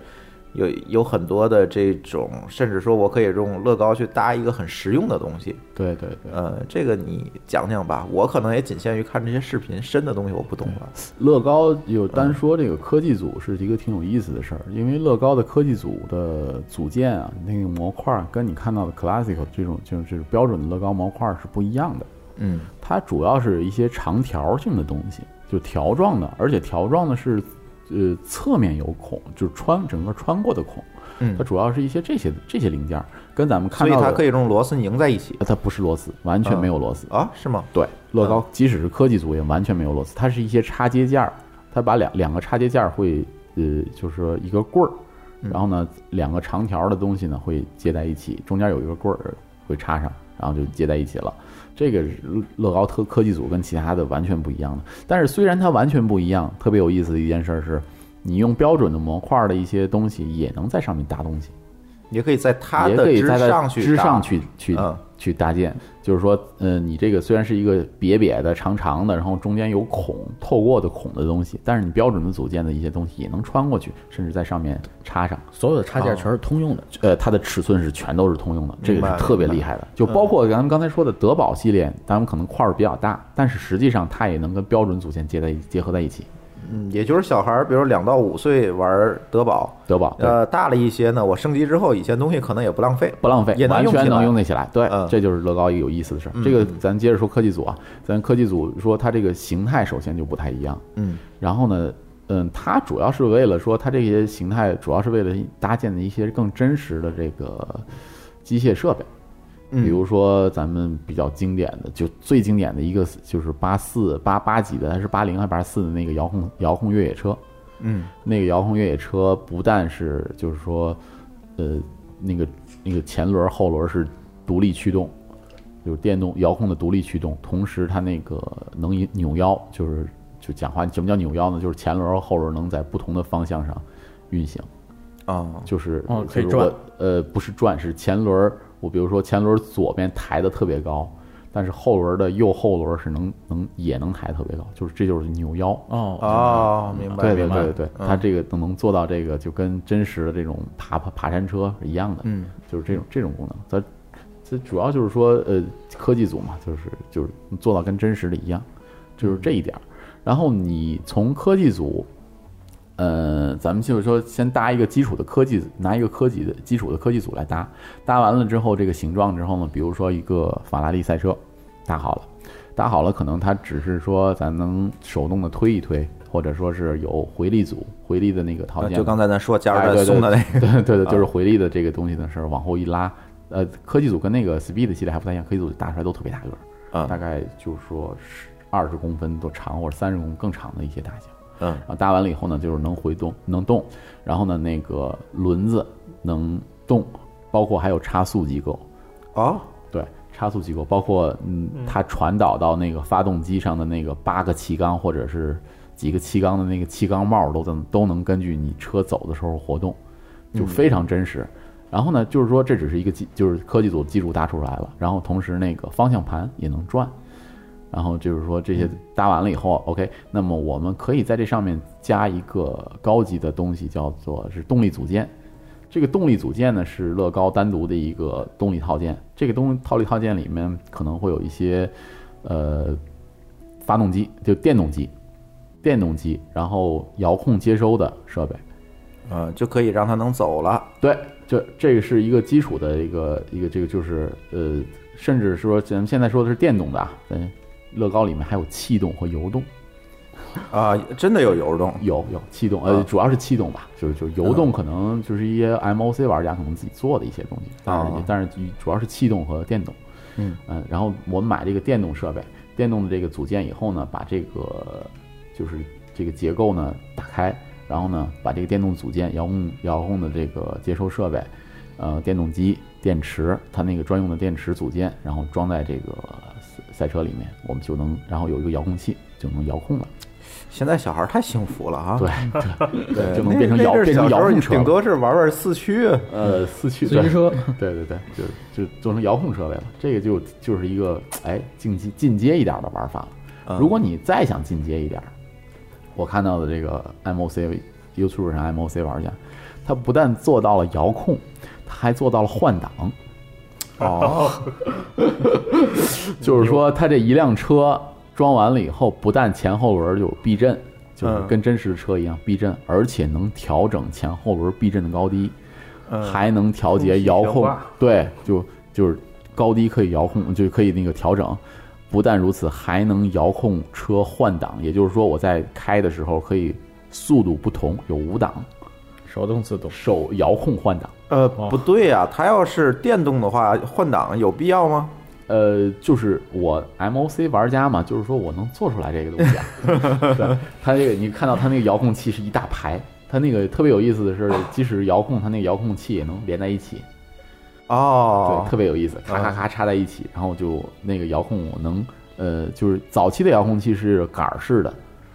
[SPEAKER 3] 有有很多的这种，甚至说我可以用乐高去搭一个很实用的东西。
[SPEAKER 4] 对对对，
[SPEAKER 3] 呃，这个你讲讲吧，我可能也仅限于看这些视频，深的东西我不懂了。
[SPEAKER 4] 乐高有单说这个科技组是一个挺有意思的事儿，因为乐高的科技组的组件啊，那个模块儿跟你看到的 classical 这种就是这种标准的乐高模块儿是不一样的，
[SPEAKER 3] 嗯
[SPEAKER 4] 它主要是一些长条性的东西，就条状的，而且条状的是呃侧面有孔，就是穿整个穿过的孔，
[SPEAKER 3] 嗯
[SPEAKER 4] 它，主要是一些这些这些零件儿，跟咱们
[SPEAKER 3] 所
[SPEAKER 4] 看
[SPEAKER 3] 以
[SPEAKER 4] 到的
[SPEAKER 3] 它可以用螺丝拧在一起
[SPEAKER 4] 呃它不是螺丝，完全没有螺丝，
[SPEAKER 3] 啊？是吗？
[SPEAKER 4] 对，乐高即使是科技组也完全没有螺丝，它是一些插接件儿，它把两两个插接件儿会呃，就是说一个棍儿，然后呢两个长条的东西呢会接在一起，中间有一个棍儿会插上，然后就接在一起了。这个是乐高特科技组跟其他的完全不一样的，但是虽然它完全不一样，特别有意思的一件事儿是，你用标准的模块儿的一些东西也能在上面搭东西。
[SPEAKER 3] 也可以在它
[SPEAKER 4] 也
[SPEAKER 3] 的
[SPEAKER 4] 可以
[SPEAKER 3] 之
[SPEAKER 4] 在它
[SPEAKER 3] 上去
[SPEAKER 4] 之上
[SPEAKER 3] 搭
[SPEAKER 4] 去去、
[SPEAKER 3] 嗯
[SPEAKER 4] 去搭建，就是说，呃，你这个虽然是一个瘪瘪的、长长的，然后中间有孔、透过的孔的东西，但是你标准的组件的一些东西也能穿过去，甚至在上面插上。
[SPEAKER 6] 所有的插件全是通用的。
[SPEAKER 4] 呃，它的尺寸是全都是通用的，这
[SPEAKER 3] 明
[SPEAKER 4] 个
[SPEAKER 3] 白嗯
[SPEAKER 4] 是特别厉害的。就包括咱们刚才说的德宝系列，咱们可能块儿比较大，但是实际上它也能跟标准组件接在一结合在一起。
[SPEAKER 3] 嗯，也就是小孩儿，比如两到五岁玩德宝，
[SPEAKER 4] 德宝对
[SPEAKER 3] 呃，大了一些呢，我升级之后，以前东西可能也不浪费，
[SPEAKER 4] 不浪费，
[SPEAKER 3] 也能
[SPEAKER 4] 完
[SPEAKER 3] 用
[SPEAKER 4] 全
[SPEAKER 3] 起
[SPEAKER 4] 能
[SPEAKER 3] 来
[SPEAKER 4] 用得起来。对，
[SPEAKER 3] 嗯
[SPEAKER 4] 这就是乐高一个有意思的事儿。这个咱接着说科技组啊，咱科技组说它这个形态首先就不太一样，
[SPEAKER 3] 嗯，
[SPEAKER 4] 然后呢，嗯，它主要是为了说它这些形态主要是为了搭建的一些更真实的这个机械设备。
[SPEAKER 3] 嗯
[SPEAKER 4] 比如说咱们比较经典的，就最经典的一个就是八四八八几的，还是八零还是八四的那个遥控遥控越野车，
[SPEAKER 3] 嗯，
[SPEAKER 4] 那个遥控越野车不但是就是说，呃，那个那个前轮儿后轮儿是独立驱动，就是电动遥控的独立驱动，同时它那个能一扭腰，就是就讲话什么叫扭腰呢？就是前轮儿和后轮儿能在不同的方向上运行，
[SPEAKER 3] 啊，
[SPEAKER 4] 就是
[SPEAKER 6] 哦可以
[SPEAKER 4] 就是我
[SPEAKER 6] 转
[SPEAKER 4] 呃，不是转是前轮儿，我比如说前轮儿左边抬得特别高，但是后轮的右后轮是能能也能抬特别高，就是这就是扭腰。
[SPEAKER 6] 哦
[SPEAKER 3] 哦，明白，
[SPEAKER 4] 对对
[SPEAKER 3] 明白
[SPEAKER 4] 对对对，
[SPEAKER 3] 嗯
[SPEAKER 4] 它这个能能做到这个，就跟真实的这种爬爬爬山车是一样的，
[SPEAKER 3] 嗯，
[SPEAKER 4] 就是这种这种功能。它这主要就是说，呃，科技组嘛，就是就是做到跟真实的一样，就是这一点儿。然后你从科技组，呃，咱们就是说先搭一个基础的科技，拿一个科技的基础的科技组来搭，搭完了之后，这个形状之后呢，比如说一个法拉利赛车，搭好了。搭好了，可能它只是说咱能手动的推一推，或者说是有回力组、回力的那个套
[SPEAKER 3] 嗯
[SPEAKER 4] 件，
[SPEAKER 3] 就刚才咱说加
[SPEAKER 4] 哎
[SPEAKER 3] 入
[SPEAKER 4] 对
[SPEAKER 3] 带
[SPEAKER 4] 对
[SPEAKER 3] 松的那个，
[SPEAKER 4] 对 对对，
[SPEAKER 3] 啊
[SPEAKER 4] 就是回力的这个东西的事儿，往后一拉，呃，科技组跟那个 Speed 系列还不太一样，科技组搭出来都特别大个儿，
[SPEAKER 3] 嗯
[SPEAKER 4] 大概就是说十二十公分都长，或者三十公分更长的一些大小。
[SPEAKER 3] 嗯
[SPEAKER 4] 然后搭完了以后呢，就是能回动，能动，然后呢，那个轮子能动，包括还有差速机构，
[SPEAKER 3] 哦，
[SPEAKER 4] 对，差速机构，包括嗯
[SPEAKER 5] 嗯，
[SPEAKER 4] 它传导到那个发动机上的那个八个气缸或者是几个气缸的那个气缸帽都能都能根据你车走的时候活动，就非常真实。然后呢，就是说这只是一个基，就是科技组基础搭出来了，然后同时那个方向盘也能转。然后就是说这些搭完了以后，OK，那么我们可以在这上面加一个高级的东西，叫做是动力组件。这个动力组件呢是乐高单独的一个动力套件，这个动套力套件里面可能会有一些，呃，发动机就电动机，电动机，然后遥控接收的设备，
[SPEAKER 3] 嗯，就可以让它能走了，
[SPEAKER 4] 对，这这个是一个基础的一个一个这个就是呃，甚至说咱们现在说的是电动的啊，嗯，乐高里面还有气动和油动，
[SPEAKER 3] 啊，真的有油动，
[SPEAKER 4] 有有气动，呃，
[SPEAKER 3] 啊嗯
[SPEAKER 4] 主要是气动吧，就是就是油动，可能就是一些 MOC 玩家可能自己做的一些东西，但是、
[SPEAKER 3] 啊
[SPEAKER 4] 但是主要是气动和电动，
[SPEAKER 3] 嗯
[SPEAKER 4] 呃然后我们买这个电动设备，电动的这个组件以后呢，把这个就是这个结构呢打开，然后呢把这个电动组件、遥控遥控的这个接收设备，呃，电动机、电池，它那个专用的电池组件，然后装在这个赛赛车里面，我们就能，然后有一个遥控器就能遥控了。
[SPEAKER 3] 现在小孩太幸福了啊，
[SPEAKER 4] 对
[SPEAKER 3] 对
[SPEAKER 4] 就能变成遥变成遥控车
[SPEAKER 3] 顶多是玩玩四驱，
[SPEAKER 4] 呃，四驱
[SPEAKER 6] 嗯随
[SPEAKER 4] 对
[SPEAKER 6] 机车，
[SPEAKER 4] 对对对，就是就做成遥控设备了。这个就就是一个哎进阶进阶一点的玩法了。
[SPEAKER 3] 嗯
[SPEAKER 4] 如果你再想进阶一点，我看到的这个 MOC YouTube 上 MOC 玩家，他不但做到了遥控，他还做到了换 挡。
[SPEAKER 3] 哦，
[SPEAKER 4] 就是说，它这一辆车装完了以后，不但前后轮有避震，就是
[SPEAKER 5] 嗯
[SPEAKER 4] 跟真实车一样避震，而且能调整前后轮避震的高低，还能调节遥
[SPEAKER 5] 嗯空气悬
[SPEAKER 4] 控
[SPEAKER 5] 挂。
[SPEAKER 4] 对，就就是高低可以遥控，就可以那个调整。不但如此，还能遥控车换挡，也就是说，我在开的时候可以速度不同，有五档，
[SPEAKER 6] 手动自动，
[SPEAKER 4] 手遥控换挡。
[SPEAKER 3] 呃，不对呀、它要是电动的话，换挡有必要吗？
[SPEAKER 4] 呃，就是我 MOC 玩家嘛，就是说我能做出来这个东西啊。对，它这个你看到它那个遥控器是一大排，它那个特别有意思的是，即使遥控，它那个遥控器也能连在一起，
[SPEAKER 3] 哦
[SPEAKER 4] 对，，特别有意思，咔咔咔插在一起，然后就那个遥控我能，呃，就是早期的遥控器是杆儿式的，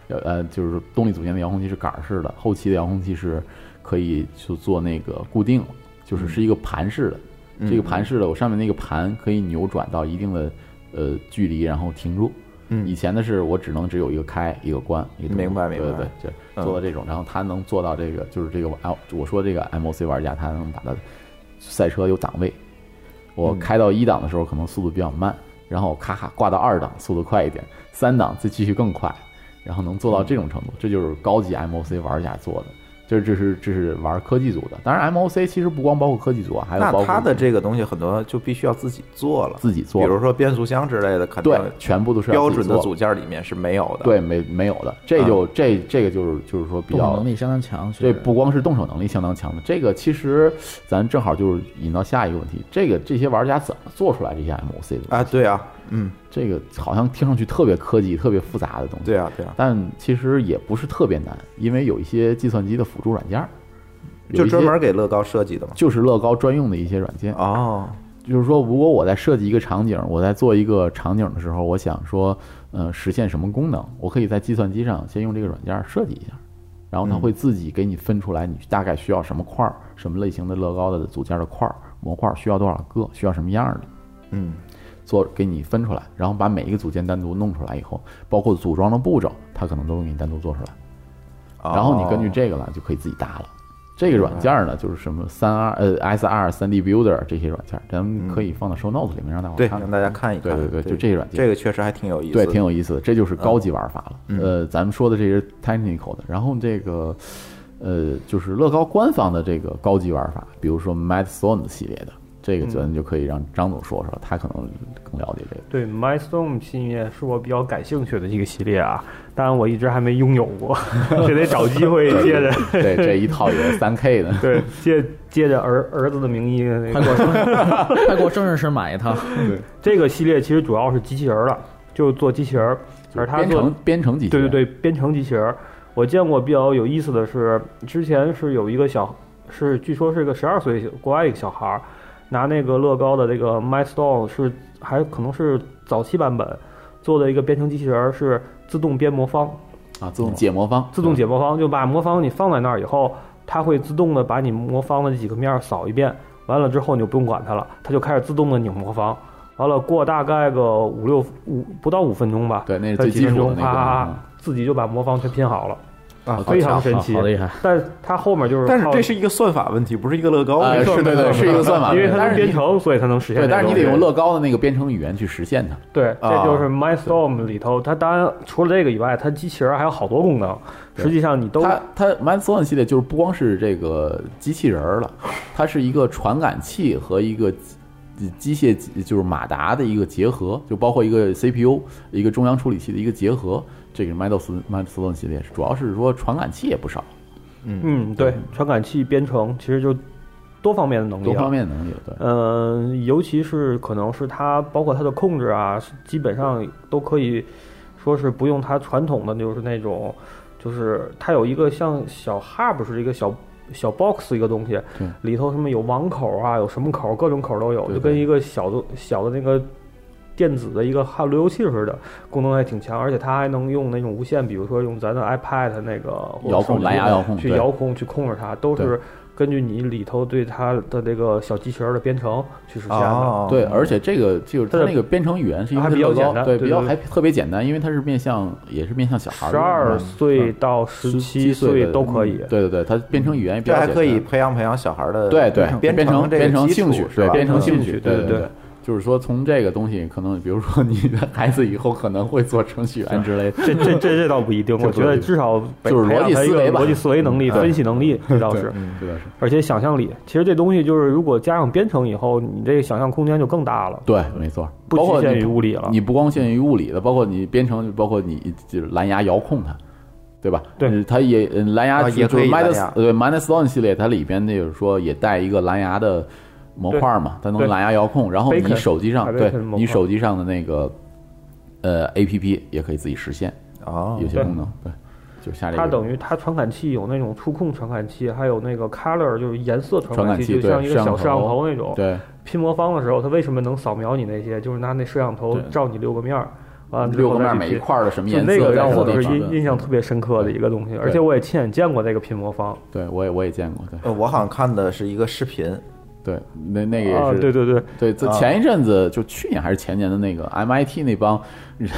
[SPEAKER 4] 呃呃，就是动力组件的遥控器是杆儿式的，后期的遥控器是可以就做那个固定了，就是是一个盘式的，
[SPEAKER 3] 嗯
[SPEAKER 4] 这个盘式的我上面那个盘可以扭转到一定的呃距离，然后停住。
[SPEAKER 3] 嗯
[SPEAKER 4] 以前的是我只能只有一个开一个关，一个动
[SPEAKER 3] 明白
[SPEAKER 4] 对
[SPEAKER 3] 明白
[SPEAKER 4] 对对，
[SPEAKER 3] 嗯
[SPEAKER 4] 就做到这种，然后他能做到这个，就是这个啊，我说这个 MOC 玩家，他能把它赛车有档位，
[SPEAKER 3] 嗯
[SPEAKER 4] 我开到一档的时候可能速度比较慢，然后咔咔挂到二档速度快一点，三档再继续更快，然后能做到这种程度，这就是高级 MOC 玩家做的。这这是这是玩科技组的，当然 MOC 其实不光包括科技组啊，还有包
[SPEAKER 3] 那
[SPEAKER 4] 括
[SPEAKER 3] 它的这个东西很多就必须要自己做了，
[SPEAKER 4] 自己做
[SPEAKER 3] 比
[SPEAKER 4] 的，
[SPEAKER 3] 如说变速箱之类的，肯定
[SPEAKER 4] 对，全部都是要
[SPEAKER 3] 标
[SPEAKER 4] 自己
[SPEAKER 3] 准的
[SPEAKER 4] 做
[SPEAKER 3] 组件里面是没有的。，嗯
[SPEAKER 4] 对没没有的，这就、这这个就是就是说比
[SPEAKER 6] 动手
[SPEAKER 4] 较
[SPEAKER 6] 能力相当强，
[SPEAKER 4] 这
[SPEAKER 6] 确实
[SPEAKER 4] 不光是动手能力相当强的，这个其实咱正好就是引到下一个问题，这个这些玩家怎么做出来这些 MOC 的？
[SPEAKER 3] 啊，对啊，嗯，
[SPEAKER 4] 这个好像听上去特别科技、特别复杂的东西，
[SPEAKER 3] 对啊，对啊，
[SPEAKER 4] 但其实也不是特别难，因为有一些计算机的辅助软件儿，有
[SPEAKER 3] 就
[SPEAKER 4] 一
[SPEAKER 3] 专
[SPEAKER 4] 些
[SPEAKER 3] 门给乐高设计的嘛。
[SPEAKER 4] 就是乐高专用的一些软件。
[SPEAKER 3] 哦，
[SPEAKER 4] 就是说，如果我在设计一个场景，我在做一个场景的时候，我想说，呃，实现什么功能，我可以在计算机上先用这个软件儿设计一下，然后它会自己给你分出来，你大概需要什么块儿，什么类型的乐高的组件的块儿模块儿需要多少个，需要什么样儿的。
[SPEAKER 3] 嗯，
[SPEAKER 4] 做给你分出来，然后把每一个组件单独弄出来以后，包括组装的步骤，它可能都给你单独做出来。
[SPEAKER 3] 哦
[SPEAKER 4] 然后你根据
[SPEAKER 5] 哦
[SPEAKER 4] 这个呢，就可以自己搭了。这个软件
[SPEAKER 5] 嗯
[SPEAKER 4] 呢，就是什么三 R 呃 SR 三 D Builder 这些软件，咱们可
[SPEAKER 5] 嗯
[SPEAKER 4] 以放到 Show Notes 里面让大伙
[SPEAKER 3] 对
[SPEAKER 4] 看看
[SPEAKER 3] 让大家看一看，
[SPEAKER 4] 对对对就这个软件
[SPEAKER 3] 这个确实还挺有意思的，
[SPEAKER 4] 对，挺有意思的，这就是高级玩法了。
[SPEAKER 3] 嗯
[SPEAKER 4] 呃，咱们说的这是 technical 的，然后这个呃，就是乐高官方的这个高级玩法，比如说 Mad Storm 系列的，这个
[SPEAKER 5] 嗯
[SPEAKER 4] 咱就可以让张总说说，他可能更了解这个。
[SPEAKER 5] 对 m y s t o n e 系列是我比较感兴趣的一个系列啊，当然我一直还没拥有 过，这得找机会借着，
[SPEAKER 4] 对，这一套也三 K 的
[SPEAKER 5] 对借借着儿儿子的名义那
[SPEAKER 6] 快
[SPEAKER 5] 个。
[SPEAKER 6] 过生日，快过生日时买 一套。
[SPEAKER 5] 这个系列其实主要是机器人儿了，就做机器人儿，而他
[SPEAKER 4] 编
[SPEAKER 5] 做
[SPEAKER 4] 程编程机器，
[SPEAKER 5] 对对，对，编程机器人儿。我见过比较有意思的是，之前是有一个小，是据说是个十二岁国外一个小孩儿，拿那个乐高的这个 My Store 是还可能是早期版本做的一个编程机器人儿，是自动编魔方，
[SPEAKER 4] 啊，自动解魔方，
[SPEAKER 5] 嗯自动解魔方，就把魔方你放在那儿以后，它会自动的把你魔方的这几个面儿扫一遍，完了之后你就不用管它了，它就开始自动的拧魔方。完了，过大概个五六五不到五分钟吧，
[SPEAKER 4] 对那是哎
[SPEAKER 5] 它
[SPEAKER 4] 最
[SPEAKER 5] 几
[SPEAKER 4] 基
[SPEAKER 5] 分
[SPEAKER 4] 础
[SPEAKER 5] 钟
[SPEAKER 4] 的那个
[SPEAKER 5] 啪啪啪
[SPEAKER 4] 嗯，
[SPEAKER 5] 自己就把魔方全拼好了，
[SPEAKER 3] 啊，
[SPEAKER 5] 非常神奇
[SPEAKER 6] 好好厉害！
[SPEAKER 5] 但是它后面就是靠，
[SPEAKER 3] 但是这是一个算法问题，不是一个乐高
[SPEAKER 5] 哦
[SPEAKER 4] 啊，
[SPEAKER 3] 问题，
[SPEAKER 4] 是对对，是一个算法，
[SPEAKER 5] 因为它
[SPEAKER 4] 但
[SPEAKER 5] 能
[SPEAKER 4] 是
[SPEAKER 5] 编
[SPEAKER 4] 你
[SPEAKER 5] 程，所以它能实
[SPEAKER 4] 对，
[SPEAKER 5] 现这个东西。
[SPEAKER 4] 但是你得用乐高的那个编程语言去实现它。
[SPEAKER 5] 对，
[SPEAKER 3] 啊
[SPEAKER 5] 这就是 MyStorm 里头，它当然除了这个以外，它机器人还有好多功能，
[SPEAKER 4] 对
[SPEAKER 5] 实际上你都
[SPEAKER 4] 它它 m a n s o n 系列就是不光是这个机器人儿了，它是一个传感器和一个机机械就是马达的一个结合，就包括一个 CPU 一个中央处理器的一个结合。这个 m a n s o n m a n s o n 系列主要是说传感器也不少，
[SPEAKER 5] 嗯，对，传感器编程其实就多方面的能力、啊，
[SPEAKER 4] 多方面的能力。对，
[SPEAKER 5] 嗯，尤其是可能是它，包括它的控制啊，是基本上都可以说是不用它传统的就是那种，就是它有一个像小 hub 是一个小小 box 一个东西
[SPEAKER 4] 对，
[SPEAKER 5] 里头什么有网口啊，有什么口，各种口都有，
[SPEAKER 4] 对
[SPEAKER 5] 就跟
[SPEAKER 4] 对
[SPEAKER 5] 一个小的小的那个。电子的一个哈路由器似的，功能还挺强，而且它还能用那种无线，比如说用咱的 iPad 那个或者
[SPEAKER 4] 遥控
[SPEAKER 5] 手机啊
[SPEAKER 4] 蓝牙遥控
[SPEAKER 5] 去
[SPEAKER 4] 对
[SPEAKER 5] 遥控去控制它，都
[SPEAKER 4] 对
[SPEAKER 5] 是根据你里头对它的这个小机器人儿的编程去实现的。
[SPEAKER 3] 哦，
[SPEAKER 4] 对，而且这个就是它
[SPEAKER 5] 它的
[SPEAKER 4] 那个编程语言是因为
[SPEAKER 5] 还
[SPEAKER 4] 它
[SPEAKER 5] 比较
[SPEAKER 4] 乐
[SPEAKER 5] 简
[SPEAKER 4] 高
[SPEAKER 5] 单
[SPEAKER 4] 对
[SPEAKER 5] 对
[SPEAKER 4] 比较
[SPEAKER 5] 对
[SPEAKER 4] 还特别简单，因为它是面向也是面向小孩儿
[SPEAKER 5] 十
[SPEAKER 4] 的
[SPEAKER 5] 二岁到十七
[SPEAKER 4] 17
[SPEAKER 5] 岁
[SPEAKER 4] 的
[SPEAKER 5] 都可以
[SPEAKER 4] 嗯。对对对，它编程语言也比
[SPEAKER 3] 这
[SPEAKER 4] 较
[SPEAKER 3] 还
[SPEAKER 4] 简单嗯
[SPEAKER 3] 可以培养培养小孩的
[SPEAKER 4] 对对，
[SPEAKER 3] 编
[SPEAKER 4] 编程
[SPEAKER 3] 这个
[SPEAKER 4] 编程
[SPEAKER 3] 基础
[SPEAKER 4] 兴趣，
[SPEAKER 3] 是
[SPEAKER 4] 对
[SPEAKER 3] 吧
[SPEAKER 4] 编程
[SPEAKER 5] 编程
[SPEAKER 4] 兴
[SPEAKER 5] 兴趣
[SPEAKER 4] 对
[SPEAKER 5] 对
[SPEAKER 4] 对
[SPEAKER 5] 对
[SPEAKER 4] 对。就是说，从这个东西，可能比如说你的孩子以后可能会做程序员之类的，
[SPEAKER 5] 这这这这倒不一 定，
[SPEAKER 4] 这
[SPEAKER 5] 我
[SPEAKER 4] 不
[SPEAKER 5] 觉得
[SPEAKER 4] 一定
[SPEAKER 5] 至少
[SPEAKER 4] 就是
[SPEAKER 5] 培
[SPEAKER 4] 逻
[SPEAKER 5] 养
[SPEAKER 4] 辑
[SPEAKER 5] 他一
[SPEAKER 4] 思维
[SPEAKER 5] 个
[SPEAKER 4] 吧
[SPEAKER 5] 逻辑思维能力、
[SPEAKER 4] 嗯对
[SPEAKER 5] 分析能 力，这倒是，
[SPEAKER 4] 这个是
[SPEAKER 5] 而且想象力。其实这东西就是，如果加上编程以后，你这个想象空间就更大了，
[SPEAKER 4] 对，没错。
[SPEAKER 5] 不
[SPEAKER 4] 包括
[SPEAKER 5] 局限
[SPEAKER 4] 你
[SPEAKER 5] 于物理了。
[SPEAKER 4] 你不光限于物理的，包括你编程，包括你就是蓝牙遥控它，对吧？
[SPEAKER 5] 对
[SPEAKER 4] 嗯，它也嗯蓝牙
[SPEAKER 3] 啊也
[SPEAKER 4] 就是
[SPEAKER 3] 可以
[SPEAKER 4] Minus-
[SPEAKER 3] 蓝牙
[SPEAKER 4] 对 m i n u s One 系列，它里边那就是说也带一个蓝牙的模块嘛，它能
[SPEAKER 5] 对
[SPEAKER 4] 蓝牙遥控，然后你
[SPEAKER 5] Bacon，
[SPEAKER 4] 手机上
[SPEAKER 5] 啊
[SPEAKER 4] 对
[SPEAKER 5] Bacon 模块
[SPEAKER 4] 你手机上的那个呃 A P P 也可以自己实现
[SPEAKER 3] 哦
[SPEAKER 4] 有，些
[SPEAKER 5] 对
[SPEAKER 4] 功能，对，就下这个。
[SPEAKER 5] 它等于它传感器有那种触控传感器，还有那个 color 就是颜色
[SPEAKER 4] 传
[SPEAKER 5] 传
[SPEAKER 4] 感
[SPEAKER 5] 感
[SPEAKER 4] 器
[SPEAKER 5] 就像
[SPEAKER 4] 对
[SPEAKER 5] 一个小
[SPEAKER 4] 摄
[SPEAKER 5] 摄
[SPEAKER 4] 像
[SPEAKER 5] 像
[SPEAKER 4] 头
[SPEAKER 5] 头那种。
[SPEAKER 4] 对
[SPEAKER 5] 拼魔方的时候，它为什么能扫描你那些？就是拿那摄像头
[SPEAKER 4] 对
[SPEAKER 5] 照你六个面儿，完了之
[SPEAKER 4] 六
[SPEAKER 5] 后
[SPEAKER 4] 个面儿
[SPEAKER 5] 再去
[SPEAKER 4] 每一
[SPEAKER 5] 拼
[SPEAKER 4] 块儿的什么
[SPEAKER 5] 就
[SPEAKER 4] 颜
[SPEAKER 5] 那
[SPEAKER 4] 色
[SPEAKER 5] 个
[SPEAKER 4] 在
[SPEAKER 5] 让
[SPEAKER 4] 什么
[SPEAKER 5] 我
[SPEAKER 4] 地
[SPEAKER 5] 是
[SPEAKER 4] 方，
[SPEAKER 5] 印印象特别深刻的一个东西，而且我也亲眼见过那个拼魔方。
[SPEAKER 4] 对我也我也见过，对
[SPEAKER 5] 哦
[SPEAKER 3] 呃我好像看的是一个视频，
[SPEAKER 4] 对，那那个也是、
[SPEAKER 5] 啊，对对对，
[SPEAKER 4] 对，在
[SPEAKER 3] 啊
[SPEAKER 4] 前一阵子就去年还是前年的那个 MIT 那帮人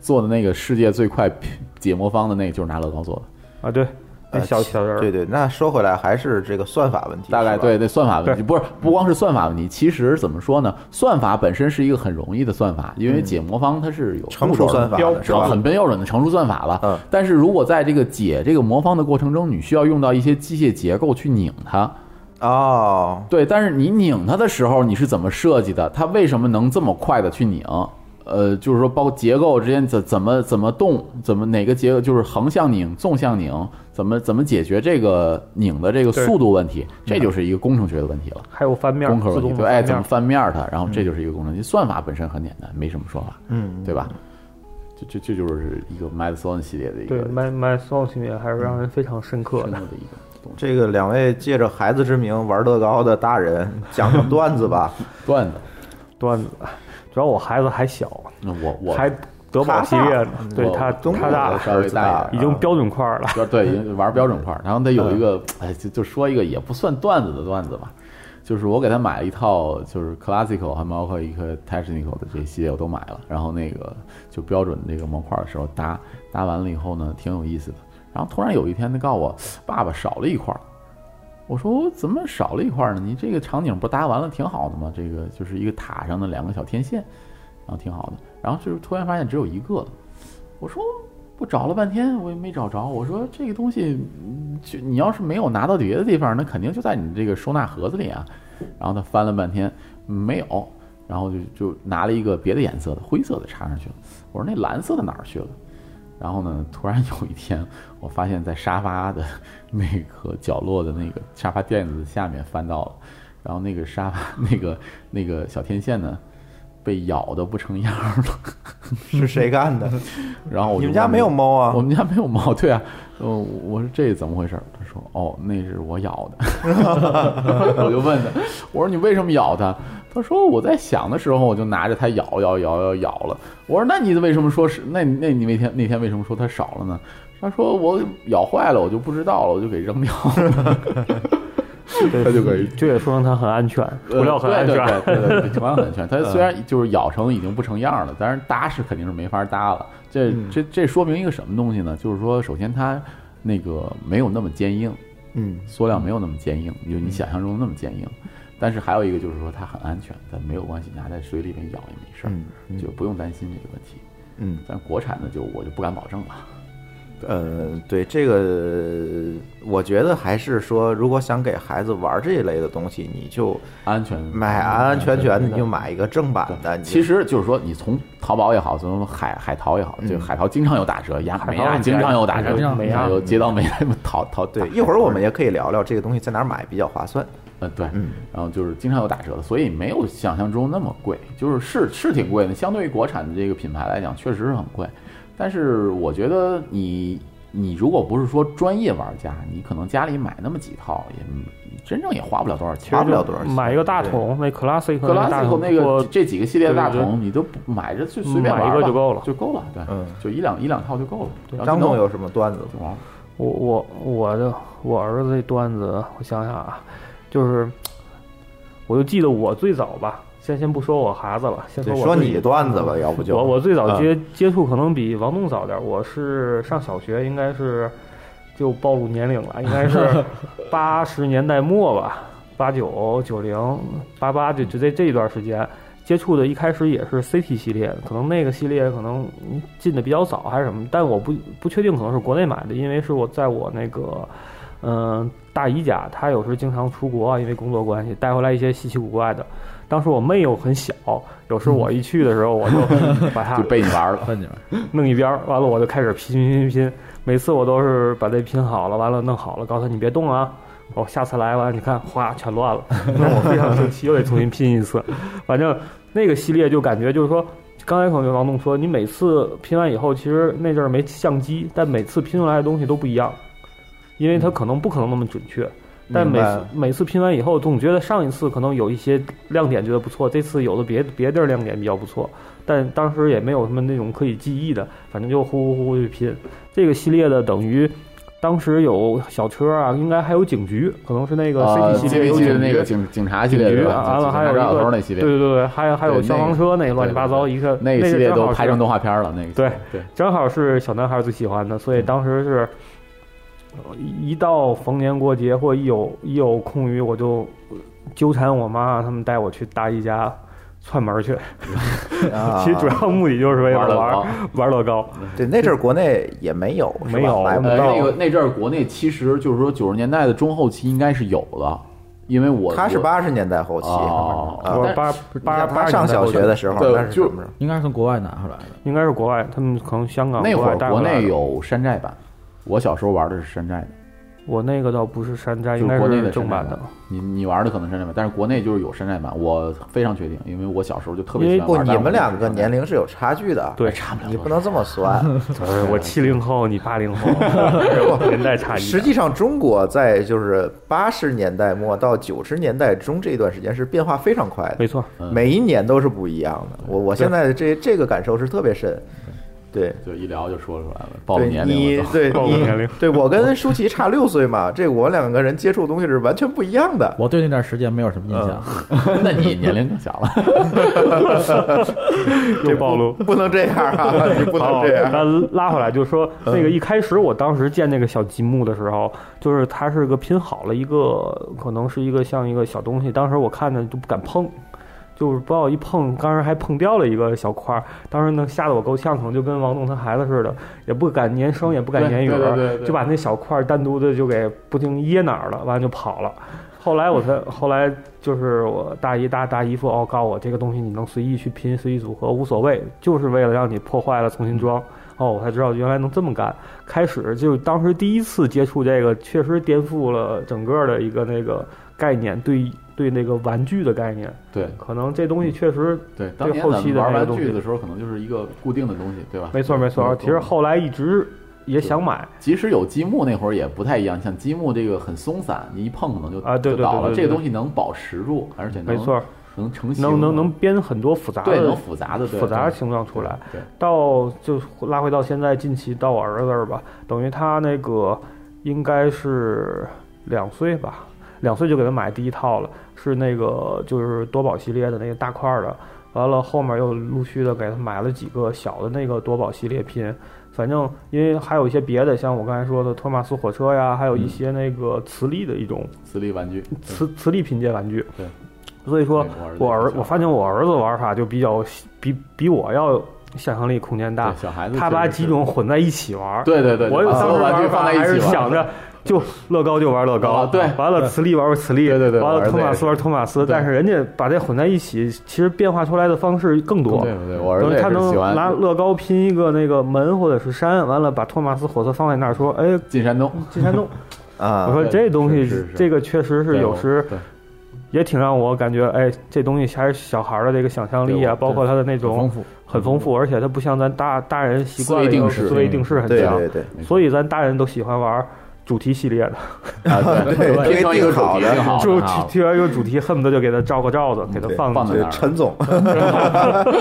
[SPEAKER 4] 做的那个世界最快解魔方的那个，就是拿乐高做的，
[SPEAKER 5] 啊对，那
[SPEAKER 3] 呃
[SPEAKER 5] 小
[SPEAKER 3] 其
[SPEAKER 5] 小人儿，
[SPEAKER 3] 对对，那说回来还是这个算法问题，
[SPEAKER 4] 大概
[SPEAKER 3] 是吧
[SPEAKER 4] 对那算法问题，
[SPEAKER 5] 对
[SPEAKER 4] 不是不光是算法问题，其实怎么说呢？算法本身是一个很容易的算法，因为解魔方它是有
[SPEAKER 3] 嗯成
[SPEAKER 4] 步骤
[SPEAKER 3] 熟
[SPEAKER 4] 的
[SPEAKER 3] 算法
[SPEAKER 5] 标
[SPEAKER 3] 的是
[SPEAKER 4] 然后
[SPEAKER 3] 吧？
[SPEAKER 4] 很标准的成熟算法了。
[SPEAKER 3] 嗯
[SPEAKER 4] 但是如果在这个解这个魔方的过程中，你需要用到一些机械结构去拧它，
[SPEAKER 3] 哦，
[SPEAKER 4] 对，但是你拧它的时候，你是怎么设计的？它为什么能这么快的去拧？呃，就是说，包括结构之间怎怎么怎么动，怎么哪个结构就是横向拧、纵向拧，怎么怎么解决这个拧的这个
[SPEAKER 5] 对
[SPEAKER 4] 速度问题？这就是一个工程学的问题了，
[SPEAKER 5] 还有翻面
[SPEAKER 4] 工科
[SPEAKER 5] 自
[SPEAKER 4] 问题。
[SPEAKER 5] 动
[SPEAKER 4] 对，
[SPEAKER 5] 的
[SPEAKER 4] 哎，怎
[SPEAKER 5] 翻面嗯
[SPEAKER 4] 么。翻面儿它？然后这就是一个工程。算法本身很简单，没什么说法，
[SPEAKER 3] 嗯，
[SPEAKER 4] 对吧？这这这就是一个 m a d s o n 系列的一个
[SPEAKER 5] 对，My My Song 系列还是让人非常深刻
[SPEAKER 4] 深入
[SPEAKER 5] 的。
[SPEAKER 4] 的一个东西
[SPEAKER 3] 这个两位借着孩子之名玩乐高的大人，讲讲段子吧。
[SPEAKER 4] 段子。
[SPEAKER 5] 段子，主要我孩子还小，
[SPEAKER 4] 那我我
[SPEAKER 5] 还德
[SPEAKER 3] 他
[SPEAKER 5] 宝系
[SPEAKER 3] 大
[SPEAKER 5] 列呢，对
[SPEAKER 4] 我
[SPEAKER 5] 他
[SPEAKER 4] 中
[SPEAKER 5] 他
[SPEAKER 4] 国
[SPEAKER 5] 大
[SPEAKER 4] 的稍微大一点儿
[SPEAKER 5] 已经标准块儿了。
[SPEAKER 4] 标对玩标准块儿，然后他有一个，哎，就就说一个也不算段子的段子吧，就是我给他买了一套，就是 classical 还包括一个 technical 的这些我都买了，然后那个就标准这个模块的时候搭搭完了以后呢，挺有意思的。然后突然有一天他告诉我，爸爸少了一块儿。我说怎么少了一块儿呢？你这个场景不搭完了挺好的吗？这个就是一个塔上的两个小天线，然后挺好的。然后就是突然发现只有一个了。我说我找了半天我也没找着。我说这个东西，嗯就你要是没有拿到别的地方，那肯定就在你这个收纳盒子里啊。然后他翻了半天嗯没有，然后就就拿了一个别的颜色的灰色的插上去了。我说那蓝色的哪儿去了？然后呢，突然有一天，我发现在沙发的那个角落的那个沙发垫子下面翻到了，然后那个沙发那个那个小天线呢，被咬的不成样儿了。
[SPEAKER 3] 是谁干的？
[SPEAKER 4] 然后我就
[SPEAKER 3] 你们家
[SPEAKER 4] 问
[SPEAKER 3] 没有猫啊？
[SPEAKER 4] 我们家没有猫，对啊，呃，我说这怎么回事儿？他说哦，那是我咬的。我就问他，我说你为什么咬它？他说我在想的时候，我就拿着它咬咬咬咬咬了。我说那你为什么说是那那你那天那天为什么说它少了呢？他说我咬坏了，我就不知道了，我就给扔掉了。他就可以
[SPEAKER 5] 这也说明它很安全，涂料很安全。
[SPEAKER 4] 呃对对对对对，涂料很安全。它虽然就是咬成已经不成样了，但是搭是肯定是没法搭了。这这这说明一个什么东西呢？就是说，首先它那个没有那么坚硬，
[SPEAKER 3] 嗯，
[SPEAKER 4] 塑料没有那么坚硬，就你想象中那么坚硬。但是还有一个就是说它很安全，它没有关系，拿在水里面咬也没事
[SPEAKER 3] 嗯
[SPEAKER 4] 儿，就不用担心这个问题。
[SPEAKER 3] 嗯，
[SPEAKER 4] 但国产的就我就不敢保证了。
[SPEAKER 3] 呃，对这个，我觉得还是说，如果想给孩子玩这一类的东西，你就
[SPEAKER 4] 安全
[SPEAKER 3] 买安安全全的，你就买一个正版的。你就
[SPEAKER 4] 其实就是说，你从淘宝也好，从海海淘也好，
[SPEAKER 3] 嗯
[SPEAKER 4] 就海淘经常有打折，亚
[SPEAKER 5] 海淘
[SPEAKER 4] 美亚
[SPEAKER 5] 很
[SPEAKER 4] 啊经常有打折，
[SPEAKER 6] 便宜
[SPEAKER 4] 美亚有街道美亚淘淘
[SPEAKER 3] 对，一会儿我们也可以聊聊这个东西在哪儿买比较划算。
[SPEAKER 4] 呃对，
[SPEAKER 3] 嗯
[SPEAKER 4] 然后就是经常有打折的，所以没有想象中那么贵，就是是是挺贵的，相对于国产的这个品牌来讲，确实是很贵。但是我觉得你你如果不是说专业玩家，你可能家里买那么几套，也真正也花不了多少钱，
[SPEAKER 3] 花不了多少钱
[SPEAKER 5] 嗯买一个大桶，那 classic
[SPEAKER 4] 格拉
[SPEAKER 5] 大
[SPEAKER 4] 斯
[SPEAKER 5] 桶，
[SPEAKER 4] 那个
[SPEAKER 5] 我
[SPEAKER 4] 这几个系列的大
[SPEAKER 5] 对对嗯
[SPEAKER 4] 桶，你都不买着就随便玩吧
[SPEAKER 5] 买一个就够了
[SPEAKER 4] 就够了，对，
[SPEAKER 3] 嗯
[SPEAKER 4] 就一两一两套就够了。然后
[SPEAKER 3] 张
[SPEAKER 4] 就
[SPEAKER 3] 总
[SPEAKER 4] 能
[SPEAKER 3] 有什么段子吗？
[SPEAKER 4] 就玩了
[SPEAKER 5] 我我我的我儿子这段子，我想想啊，就是，我就记得我最早吧，先先不说我孩子了，先
[SPEAKER 3] 对，
[SPEAKER 5] 我
[SPEAKER 3] 说
[SPEAKER 5] 自己
[SPEAKER 3] 你段子吧，要不就
[SPEAKER 5] 我我最早
[SPEAKER 3] 嗯
[SPEAKER 5] 接、接触可能比王东早点儿，我是上小学，应该是就暴露年龄了，应 该是八十年代末吧，八九九零八八就就在这一段时间接触的，一开始也是 CT 系列，可能那个系列可能进的比较早还是什么，但我不不确定，可能是国内买的，因为是我在我那个。嗯，大姨家她有时候经常出国啊，因为工作关系带回来一些稀奇古怪的。当时我妹又很小，有时候我一去的时候，我就把 她
[SPEAKER 4] 就被你玩了。
[SPEAKER 6] 问你们，
[SPEAKER 5] 弄一边儿，完了我就开始拼拼拼拼，每次我都是把这拼好了，完了弄好了，告诉他你别动啊，我下次来完了你看哗全乱了， 那我非常生气，又得重新拼一次。反正那个系列就感觉就是说，刚才可能王栋说，你每次拼完以后，其实那阵儿没相机，但每次拼出来的东西都不一样，因为它可能不可能那么准确。但
[SPEAKER 3] 嗯
[SPEAKER 5] 每
[SPEAKER 3] 明白
[SPEAKER 5] 次每次拼完以后，总觉得上一次可能有一些亮点觉得不错，这次有的别别地儿亮点比较不错，但当时也没有什么那种可以记忆的，反正就呼呼呼去拼。这个系列的等于当时有小车啊，应该还有警局，可能是那个
[SPEAKER 4] 呃
[SPEAKER 5] CT 系列有
[SPEAKER 4] CT 系列
[SPEAKER 5] 警局
[SPEAKER 4] 那个警警察系
[SPEAKER 5] 警
[SPEAKER 4] 列
[SPEAKER 5] 局
[SPEAKER 4] 对吧？
[SPEAKER 5] 完了
[SPEAKER 4] 警
[SPEAKER 5] 还有
[SPEAKER 4] 警
[SPEAKER 5] 一
[SPEAKER 4] 察小
[SPEAKER 5] 个
[SPEAKER 4] 偷那系列，
[SPEAKER 5] 对对对，还有还有
[SPEAKER 4] 对
[SPEAKER 5] 消
[SPEAKER 4] 那
[SPEAKER 5] 防
[SPEAKER 4] 个
[SPEAKER 5] 车那乱七
[SPEAKER 4] 对
[SPEAKER 5] 八
[SPEAKER 4] 对
[SPEAKER 5] 糟
[SPEAKER 4] 对
[SPEAKER 5] 一个
[SPEAKER 4] 那个
[SPEAKER 5] 个
[SPEAKER 4] 系列
[SPEAKER 5] 正
[SPEAKER 4] 都
[SPEAKER 5] 好
[SPEAKER 4] 拍
[SPEAKER 5] 是
[SPEAKER 4] 成动画片了。那个
[SPEAKER 5] 对
[SPEAKER 4] 对，
[SPEAKER 5] 正好是小男孩最喜欢的，所以当时是，呃一到逢年过节或一有一有空余，我就呃纠缠我妈他们带我去大姨家串门去。
[SPEAKER 3] 啊
[SPEAKER 5] 其实主要目的就是为了
[SPEAKER 4] 玩乐
[SPEAKER 5] 玩
[SPEAKER 4] 高
[SPEAKER 5] 玩乐高。
[SPEAKER 3] 对那阵儿国内也没有，是吧
[SPEAKER 5] 没有
[SPEAKER 3] 来不
[SPEAKER 4] 呃，
[SPEAKER 3] 到
[SPEAKER 4] 那。个那阵儿国内其实就是说九十年代的中后期应该是有了，因为我
[SPEAKER 3] 他是
[SPEAKER 4] 我
[SPEAKER 3] 八十年代后期，
[SPEAKER 4] 哦
[SPEAKER 3] 啊
[SPEAKER 5] 我
[SPEAKER 4] 但
[SPEAKER 5] 八八
[SPEAKER 3] 他
[SPEAKER 5] 八
[SPEAKER 3] 上小学的时候
[SPEAKER 4] 对
[SPEAKER 3] 那是什
[SPEAKER 4] 就
[SPEAKER 3] 么时候？
[SPEAKER 6] 应该是从国外拿回来的。
[SPEAKER 5] 应该是国外，他们可能香港
[SPEAKER 4] 那会儿
[SPEAKER 5] 啊国外带
[SPEAKER 4] 国
[SPEAKER 5] 回来
[SPEAKER 4] 内
[SPEAKER 5] 的。
[SPEAKER 4] 有山寨版，我小时候玩的是山寨的，
[SPEAKER 5] 我那个倒不是山寨，
[SPEAKER 4] 就
[SPEAKER 5] 应该
[SPEAKER 4] 是国内
[SPEAKER 5] 是
[SPEAKER 4] 的
[SPEAKER 5] 正
[SPEAKER 4] 山寨
[SPEAKER 5] 版的。。
[SPEAKER 4] 你你玩的可能山寨版，但是国内就是有山寨版，我非常确定，因为我小时候就特别
[SPEAKER 5] 因为
[SPEAKER 4] 喜欢
[SPEAKER 3] 不，
[SPEAKER 4] 玩。
[SPEAKER 3] 你们两
[SPEAKER 4] 两
[SPEAKER 3] 个年
[SPEAKER 4] 龄
[SPEAKER 3] 龄是有差距的，
[SPEAKER 5] 对
[SPEAKER 4] 差不了
[SPEAKER 3] 你
[SPEAKER 4] 多少
[SPEAKER 3] 不能这么算。
[SPEAKER 5] 呃我七零后，你八 零后，年代差 异。
[SPEAKER 3] 实际上，中国在就是八十年代末到九十年代中这一段时间是变化非常快的
[SPEAKER 5] 没，错，
[SPEAKER 4] 嗯
[SPEAKER 3] 每一年都是不一样的。我我现在这这个感受是特别深。对，
[SPEAKER 4] 就一聊就说出来了，暴露
[SPEAKER 3] 对
[SPEAKER 4] 年
[SPEAKER 3] 你
[SPEAKER 4] 龄了都。
[SPEAKER 3] 对
[SPEAKER 5] 暴露年龄
[SPEAKER 3] 你对我跟舒淇差六岁嘛，这我两个人接触的东西是完全不一样的。
[SPEAKER 6] 我对那段时间没有什么印象。
[SPEAKER 4] 那你年龄更小了。
[SPEAKER 5] 又暴露。
[SPEAKER 3] 不能这样啊！你不能
[SPEAKER 5] 好，
[SPEAKER 3] 这样。
[SPEAKER 5] 咱拉回来，就是说那个一开始我当时建那个小积木的时候，就是它是个拼好了一个，可能是一个像一个小东西，当时我看着都不敢碰。就是不好一碰，当时还碰掉了一个小块儿，当时能吓得我够呛，可能就跟王栋他孩子似的，也不敢粘生，也不敢
[SPEAKER 4] 对
[SPEAKER 5] 粘语
[SPEAKER 4] 对对对
[SPEAKER 5] 儿，
[SPEAKER 4] 对
[SPEAKER 5] 就把那小块儿单独的就给不停掖哪儿了，完了就跑了。后来我才后来就是我大姨大大姨父哦告诉我这个东西你能随意去拼随意组合无所谓，就是为了让你破坏了重新
[SPEAKER 4] 嗯
[SPEAKER 5] 装。哦，我才知道原来能这么干。开始就当时第一次接触这个，确实颠覆了整个的一个那个概念，对对那个玩具的概念。
[SPEAKER 4] 对
[SPEAKER 5] 可能这东西确实
[SPEAKER 4] 对，
[SPEAKER 5] 这
[SPEAKER 4] 当年
[SPEAKER 5] 后
[SPEAKER 4] 咱
[SPEAKER 5] 期
[SPEAKER 4] 们
[SPEAKER 5] 的
[SPEAKER 4] 玩
[SPEAKER 5] 那个
[SPEAKER 4] 玩
[SPEAKER 5] 东
[SPEAKER 4] 具
[SPEAKER 5] 西
[SPEAKER 4] 的时候，可能就是一个固定的东西，对吧？
[SPEAKER 5] 没错没错。
[SPEAKER 4] 嗯
[SPEAKER 5] 其实后来一直也想买，
[SPEAKER 4] 即使有积木那会儿也不太一样，像积木这个很松散，你一碰可能就
[SPEAKER 5] 啊对对
[SPEAKER 4] 就倒了。
[SPEAKER 5] 对对
[SPEAKER 4] 这
[SPEAKER 5] 对
[SPEAKER 4] 个东西能保持住，而且能
[SPEAKER 5] 没错，
[SPEAKER 4] 能成型，
[SPEAKER 5] 能能能编很多复杂
[SPEAKER 4] 对能
[SPEAKER 5] 的
[SPEAKER 4] 复杂的对
[SPEAKER 5] 复杂的
[SPEAKER 4] 对
[SPEAKER 5] 形状出来。
[SPEAKER 4] 对，
[SPEAKER 5] 到就拉回到现在近期到我儿子这儿吧，等于他那个应该是两岁吧，两岁就给他买第一套了，是那个就是多宝系列的那个大块儿的，完了后面又陆续的给他买了几个小的那个多宝系列拼。反正，因为还有一些别的，像我刚才说的托马斯火车呀，还有一些那个磁力的一种
[SPEAKER 4] 磁力玩具，对
[SPEAKER 5] 磁磁力拼接玩具。
[SPEAKER 4] 对，
[SPEAKER 5] 所以说
[SPEAKER 4] 对我儿子也
[SPEAKER 5] 我儿
[SPEAKER 4] 是
[SPEAKER 5] 我发现我儿子玩法就比较比比我要想象力空间大
[SPEAKER 4] 对，小孩子
[SPEAKER 5] 他把
[SPEAKER 4] 确实是
[SPEAKER 5] 几种混在一起玩儿。
[SPEAKER 4] 对对对，
[SPEAKER 5] 我
[SPEAKER 4] 把
[SPEAKER 5] 当
[SPEAKER 4] 所有
[SPEAKER 5] 时
[SPEAKER 4] 玩具
[SPEAKER 5] 玩
[SPEAKER 4] 放
[SPEAKER 5] 法
[SPEAKER 4] 在一
[SPEAKER 5] 还
[SPEAKER 4] 起
[SPEAKER 5] 是
[SPEAKER 4] 玩
[SPEAKER 5] 想着。就乐高就玩乐高，
[SPEAKER 4] 啊对
[SPEAKER 5] 完了磁力玩玩磁力，
[SPEAKER 4] 对对对
[SPEAKER 5] 完
[SPEAKER 4] 我儿
[SPEAKER 5] 了
[SPEAKER 4] 子
[SPEAKER 5] 托马
[SPEAKER 4] 也
[SPEAKER 5] 斯
[SPEAKER 4] 是
[SPEAKER 5] 玩托马斯，但是人家把这混在一起，其实变化出来的方式更多。
[SPEAKER 4] 对对对，我儿子
[SPEAKER 5] 等于
[SPEAKER 4] 也
[SPEAKER 5] 他
[SPEAKER 4] 是
[SPEAKER 5] 能
[SPEAKER 4] 喜
[SPEAKER 5] 拿
[SPEAKER 4] 欢
[SPEAKER 5] 乐高拼一个那个门或者是山，完了把托马斯火车放在那儿，说：“哎，
[SPEAKER 4] 进山东。
[SPEAKER 5] 进山洞。”
[SPEAKER 3] 啊
[SPEAKER 5] 我，说
[SPEAKER 4] 对
[SPEAKER 5] 这东西
[SPEAKER 4] 是是是，
[SPEAKER 5] 这个确实是
[SPEAKER 4] 对
[SPEAKER 5] 有
[SPEAKER 4] 我
[SPEAKER 5] 时
[SPEAKER 4] 对
[SPEAKER 5] 也挺让我感觉，哎，这东西还是小孩儿的这个想象力
[SPEAKER 4] 对
[SPEAKER 5] 啊，
[SPEAKER 4] 我
[SPEAKER 5] 包括他的那种
[SPEAKER 6] 丰富
[SPEAKER 5] 很丰富，而且它不像咱大大人习惯
[SPEAKER 4] 思维
[SPEAKER 5] 的
[SPEAKER 4] 定
[SPEAKER 5] 一个
[SPEAKER 4] 式
[SPEAKER 5] 思维定式很
[SPEAKER 3] 对
[SPEAKER 5] 强
[SPEAKER 3] 对，对
[SPEAKER 4] 没错
[SPEAKER 5] 所以咱大人都喜欢玩主题系列的，
[SPEAKER 4] 啊， 对
[SPEAKER 3] 对
[SPEAKER 4] 拼成一个
[SPEAKER 3] 定好的
[SPEAKER 4] 手机挺好
[SPEAKER 5] 就
[SPEAKER 4] 的啊
[SPEAKER 5] 提完有主题，恨不得就给他照个罩子，给他
[SPEAKER 3] 对
[SPEAKER 5] 放
[SPEAKER 4] 放
[SPEAKER 5] 进
[SPEAKER 4] 在
[SPEAKER 5] 去。
[SPEAKER 4] 哪
[SPEAKER 3] 对，
[SPEAKER 4] 儿？
[SPEAKER 3] 陈总，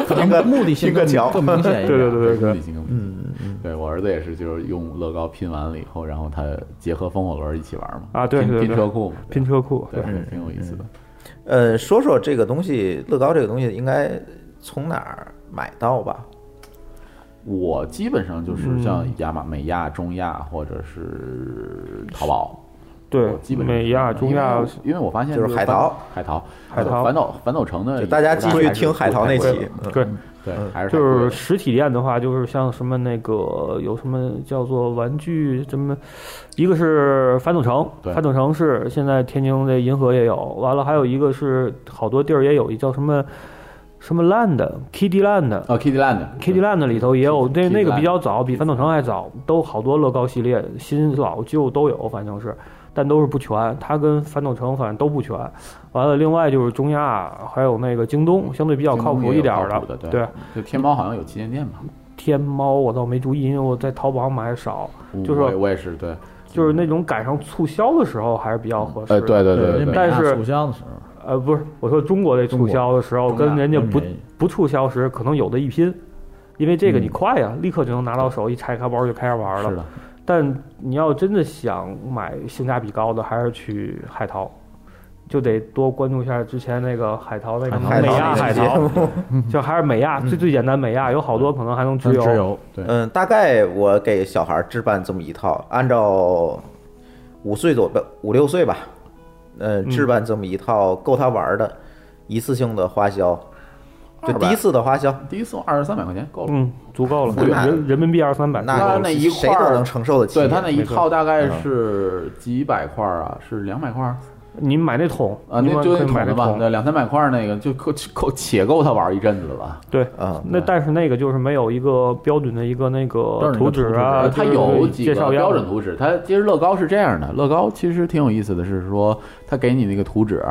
[SPEAKER 6] 可能目的性
[SPEAKER 3] 拼个
[SPEAKER 6] 更
[SPEAKER 3] 桥
[SPEAKER 6] 更明显一点。
[SPEAKER 5] 对对对对
[SPEAKER 4] 对
[SPEAKER 5] 对，
[SPEAKER 4] 嗯，对我儿子也是，就是用乐高拼完了以后，然后他结合风火轮一起玩嘛，
[SPEAKER 5] 啊对
[SPEAKER 4] 拼
[SPEAKER 5] 对对
[SPEAKER 4] 拼车库嘛，对
[SPEAKER 5] 拼车库，
[SPEAKER 4] 对，挺有意思的。
[SPEAKER 3] 呃，说说这个东西，乐高这个东西应该从哪儿买到吧？
[SPEAKER 4] 我基本上就是
[SPEAKER 5] 嗯
[SPEAKER 4] 像亚马、美亚、中亚或者是淘宝，
[SPEAKER 5] 对
[SPEAKER 4] 我基，本上
[SPEAKER 5] 美亚、
[SPEAKER 4] 是这
[SPEAKER 5] 中
[SPEAKER 4] 样
[SPEAKER 5] 亚
[SPEAKER 4] 因为我因为我发现
[SPEAKER 3] 就是
[SPEAKER 4] 是
[SPEAKER 3] 海
[SPEAKER 4] 反
[SPEAKER 3] 淘、
[SPEAKER 4] 海淘、
[SPEAKER 5] 海淘
[SPEAKER 4] 反斗反斗城的也
[SPEAKER 3] 就
[SPEAKER 4] 不
[SPEAKER 3] 大
[SPEAKER 4] 大
[SPEAKER 3] 家
[SPEAKER 4] 还
[SPEAKER 3] 继
[SPEAKER 4] 是，
[SPEAKER 3] 续听海淘那期，嗯
[SPEAKER 5] 对，
[SPEAKER 4] 对，还是太
[SPEAKER 5] 就
[SPEAKER 4] 贵
[SPEAKER 5] 是
[SPEAKER 4] 了
[SPEAKER 5] 实体店的话，就是像什么那个有什么叫做玩具什么，一个是反斗城，
[SPEAKER 4] 对
[SPEAKER 5] 反斗城是现在天津的银河也有，完了还有一个是好多地儿也有，一叫什么什么 land，Kitty land。
[SPEAKER 4] 哦，Kitty Land
[SPEAKER 5] 呃 Kitty Land 里头也有，那
[SPEAKER 4] Kitty
[SPEAKER 5] 那个
[SPEAKER 4] Land
[SPEAKER 5] 比较早，比反斗城还早，都好多乐高系列，新老旧都有，反正是，但都是不全。它跟反斗城反正都不全。完了，另外就是中亚，还有那个京东，相对比较靠谱一点儿
[SPEAKER 4] 的，靠谱的
[SPEAKER 5] 对
[SPEAKER 4] 对，，就天猫好像有旗舰店吧？
[SPEAKER 5] 天猫我倒没注意，因为我在淘宝上买少，嗯就是
[SPEAKER 4] 我也我也是对，
[SPEAKER 5] 就是那种赶上促销的时候还是比较合适。
[SPEAKER 4] 呃，对对对对
[SPEAKER 6] 人家
[SPEAKER 4] 对，
[SPEAKER 5] 但是
[SPEAKER 6] 买促销的时候，
[SPEAKER 5] 呃，不是，我说中国这促销的时候
[SPEAKER 4] 中国
[SPEAKER 5] 跟人家不
[SPEAKER 6] 中亚嗯
[SPEAKER 5] 不促销时，可能有的一拼，因为这个你快呀，立刻就能拿到手，一拆开包就开始玩
[SPEAKER 4] 是
[SPEAKER 5] 了。
[SPEAKER 4] 的，
[SPEAKER 5] 但你要真的想买性价比高的，还是去海淘。就得多关注一下之前那个海淘那个
[SPEAKER 3] 海
[SPEAKER 5] 美
[SPEAKER 3] 淘
[SPEAKER 5] 亚
[SPEAKER 3] 那
[SPEAKER 5] 海
[SPEAKER 3] 期节
[SPEAKER 5] 淘，
[SPEAKER 3] 目。
[SPEAKER 5] 就还是美亚最最简单，美亚有好多可能还能直
[SPEAKER 6] 直
[SPEAKER 5] 邮，
[SPEAKER 6] 邮
[SPEAKER 4] 对
[SPEAKER 3] 嗯，大概我给小孩置办这么一套，按照五岁左右、五六岁吧，呃，
[SPEAKER 4] 嗯
[SPEAKER 3] 置办这么一套够他玩的，一次性的花销，就
[SPEAKER 4] 200
[SPEAKER 3] 第一次的花销，
[SPEAKER 4] 第一次二十三百块钱够了。
[SPEAKER 5] 嗯，足够了，
[SPEAKER 3] 那
[SPEAKER 5] 人人民币二三百，
[SPEAKER 3] 那
[SPEAKER 4] 他
[SPEAKER 3] 个
[SPEAKER 4] 那一
[SPEAKER 3] 谁
[SPEAKER 4] 块
[SPEAKER 3] 都
[SPEAKER 4] 儿
[SPEAKER 3] 能承受得起。
[SPEAKER 4] 对他那一
[SPEAKER 5] 没错嗯
[SPEAKER 4] 套大概是几百块儿啊，是两百块儿
[SPEAKER 5] 你买那桶
[SPEAKER 4] 啊，
[SPEAKER 5] 你
[SPEAKER 4] 那
[SPEAKER 5] 买
[SPEAKER 4] 就那
[SPEAKER 5] 可以买
[SPEAKER 4] 桶
[SPEAKER 5] 那
[SPEAKER 4] 的吧，
[SPEAKER 5] 桶，
[SPEAKER 4] 那两三百块儿那个就够够且够他玩儿一阵子了吧。
[SPEAKER 5] 对。
[SPEAKER 3] 嗯，
[SPEAKER 5] 那但是那个就是没有一个标准的一个那个
[SPEAKER 6] 标准的
[SPEAKER 5] 图纸啊，
[SPEAKER 4] 它
[SPEAKER 5] 就是
[SPEAKER 4] 有几
[SPEAKER 5] 介
[SPEAKER 4] 个
[SPEAKER 5] 绍样
[SPEAKER 4] 标准图纸，它其实乐高是这样的，乐高其实挺有意思的是说，它给你那个图纸，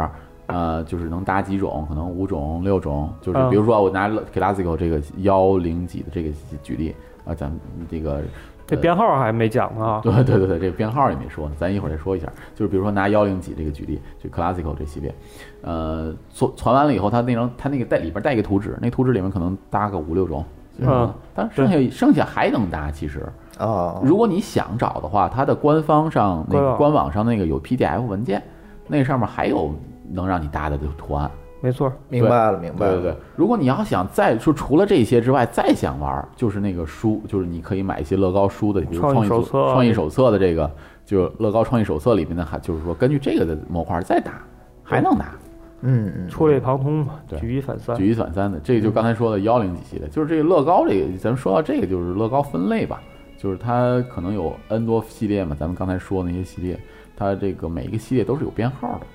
[SPEAKER 4] 呃，就是能搭几种，可能五种、六种，就是
[SPEAKER 5] 嗯
[SPEAKER 4] 比如说我拿 Classico 这个幺零几的这个举例啊，咱们这个
[SPEAKER 5] 这编号还没讲呢啊，
[SPEAKER 4] 对对对对，这个编号也没说呢，咱一会儿再说一下。就是比如说拿幺零几这个举例，就 Classical 这系列，呃，做传完了以后，它那张它那个带里边带一个图纸，那图纸里面可能搭个五六种，
[SPEAKER 5] 嗯，哦
[SPEAKER 4] 但剩下剩下还能搭，其实
[SPEAKER 3] 啊，
[SPEAKER 4] 如果你想找的话，它的官方上那
[SPEAKER 5] 官
[SPEAKER 4] 个
[SPEAKER 5] 网
[SPEAKER 4] 官网上那个有 PDF 文件，那上面还有能让你搭的图案。
[SPEAKER 5] 没错儿，
[SPEAKER 3] 明白了，明白
[SPEAKER 4] 对
[SPEAKER 3] 了，
[SPEAKER 4] 对对，如果你要想再说除了这些之外，再想玩儿，就是那个书，就是你可以买一些乐高书的，比如创
[SPEAKER 5] 创意
[SPEAKER 4] 意
[SPEAKER 5] 手
[SPEAKER 4] 组
[SPEAKER 5] 册啊
[SPEAKER 4] 创意手册的这个，就乐高创意手册里面的，还就是说根据这个的模块再打，还能打。
[SPEAKER 3] 嗯嗯，
[SPEAKER 5] 触类旁通嘛，
[SPEAKER 4] 对
[SPEAKER 5] 举一反三。
[SPEAKER 4] 举一反三的，这就刚才说的幺零几系列，就是这个乐高这个，咱们说到这个就是乐高分类吧，就是它可能有 N 多系列嘛，咱们刚才说的那些系列，它这个每一个系列都是有编号的，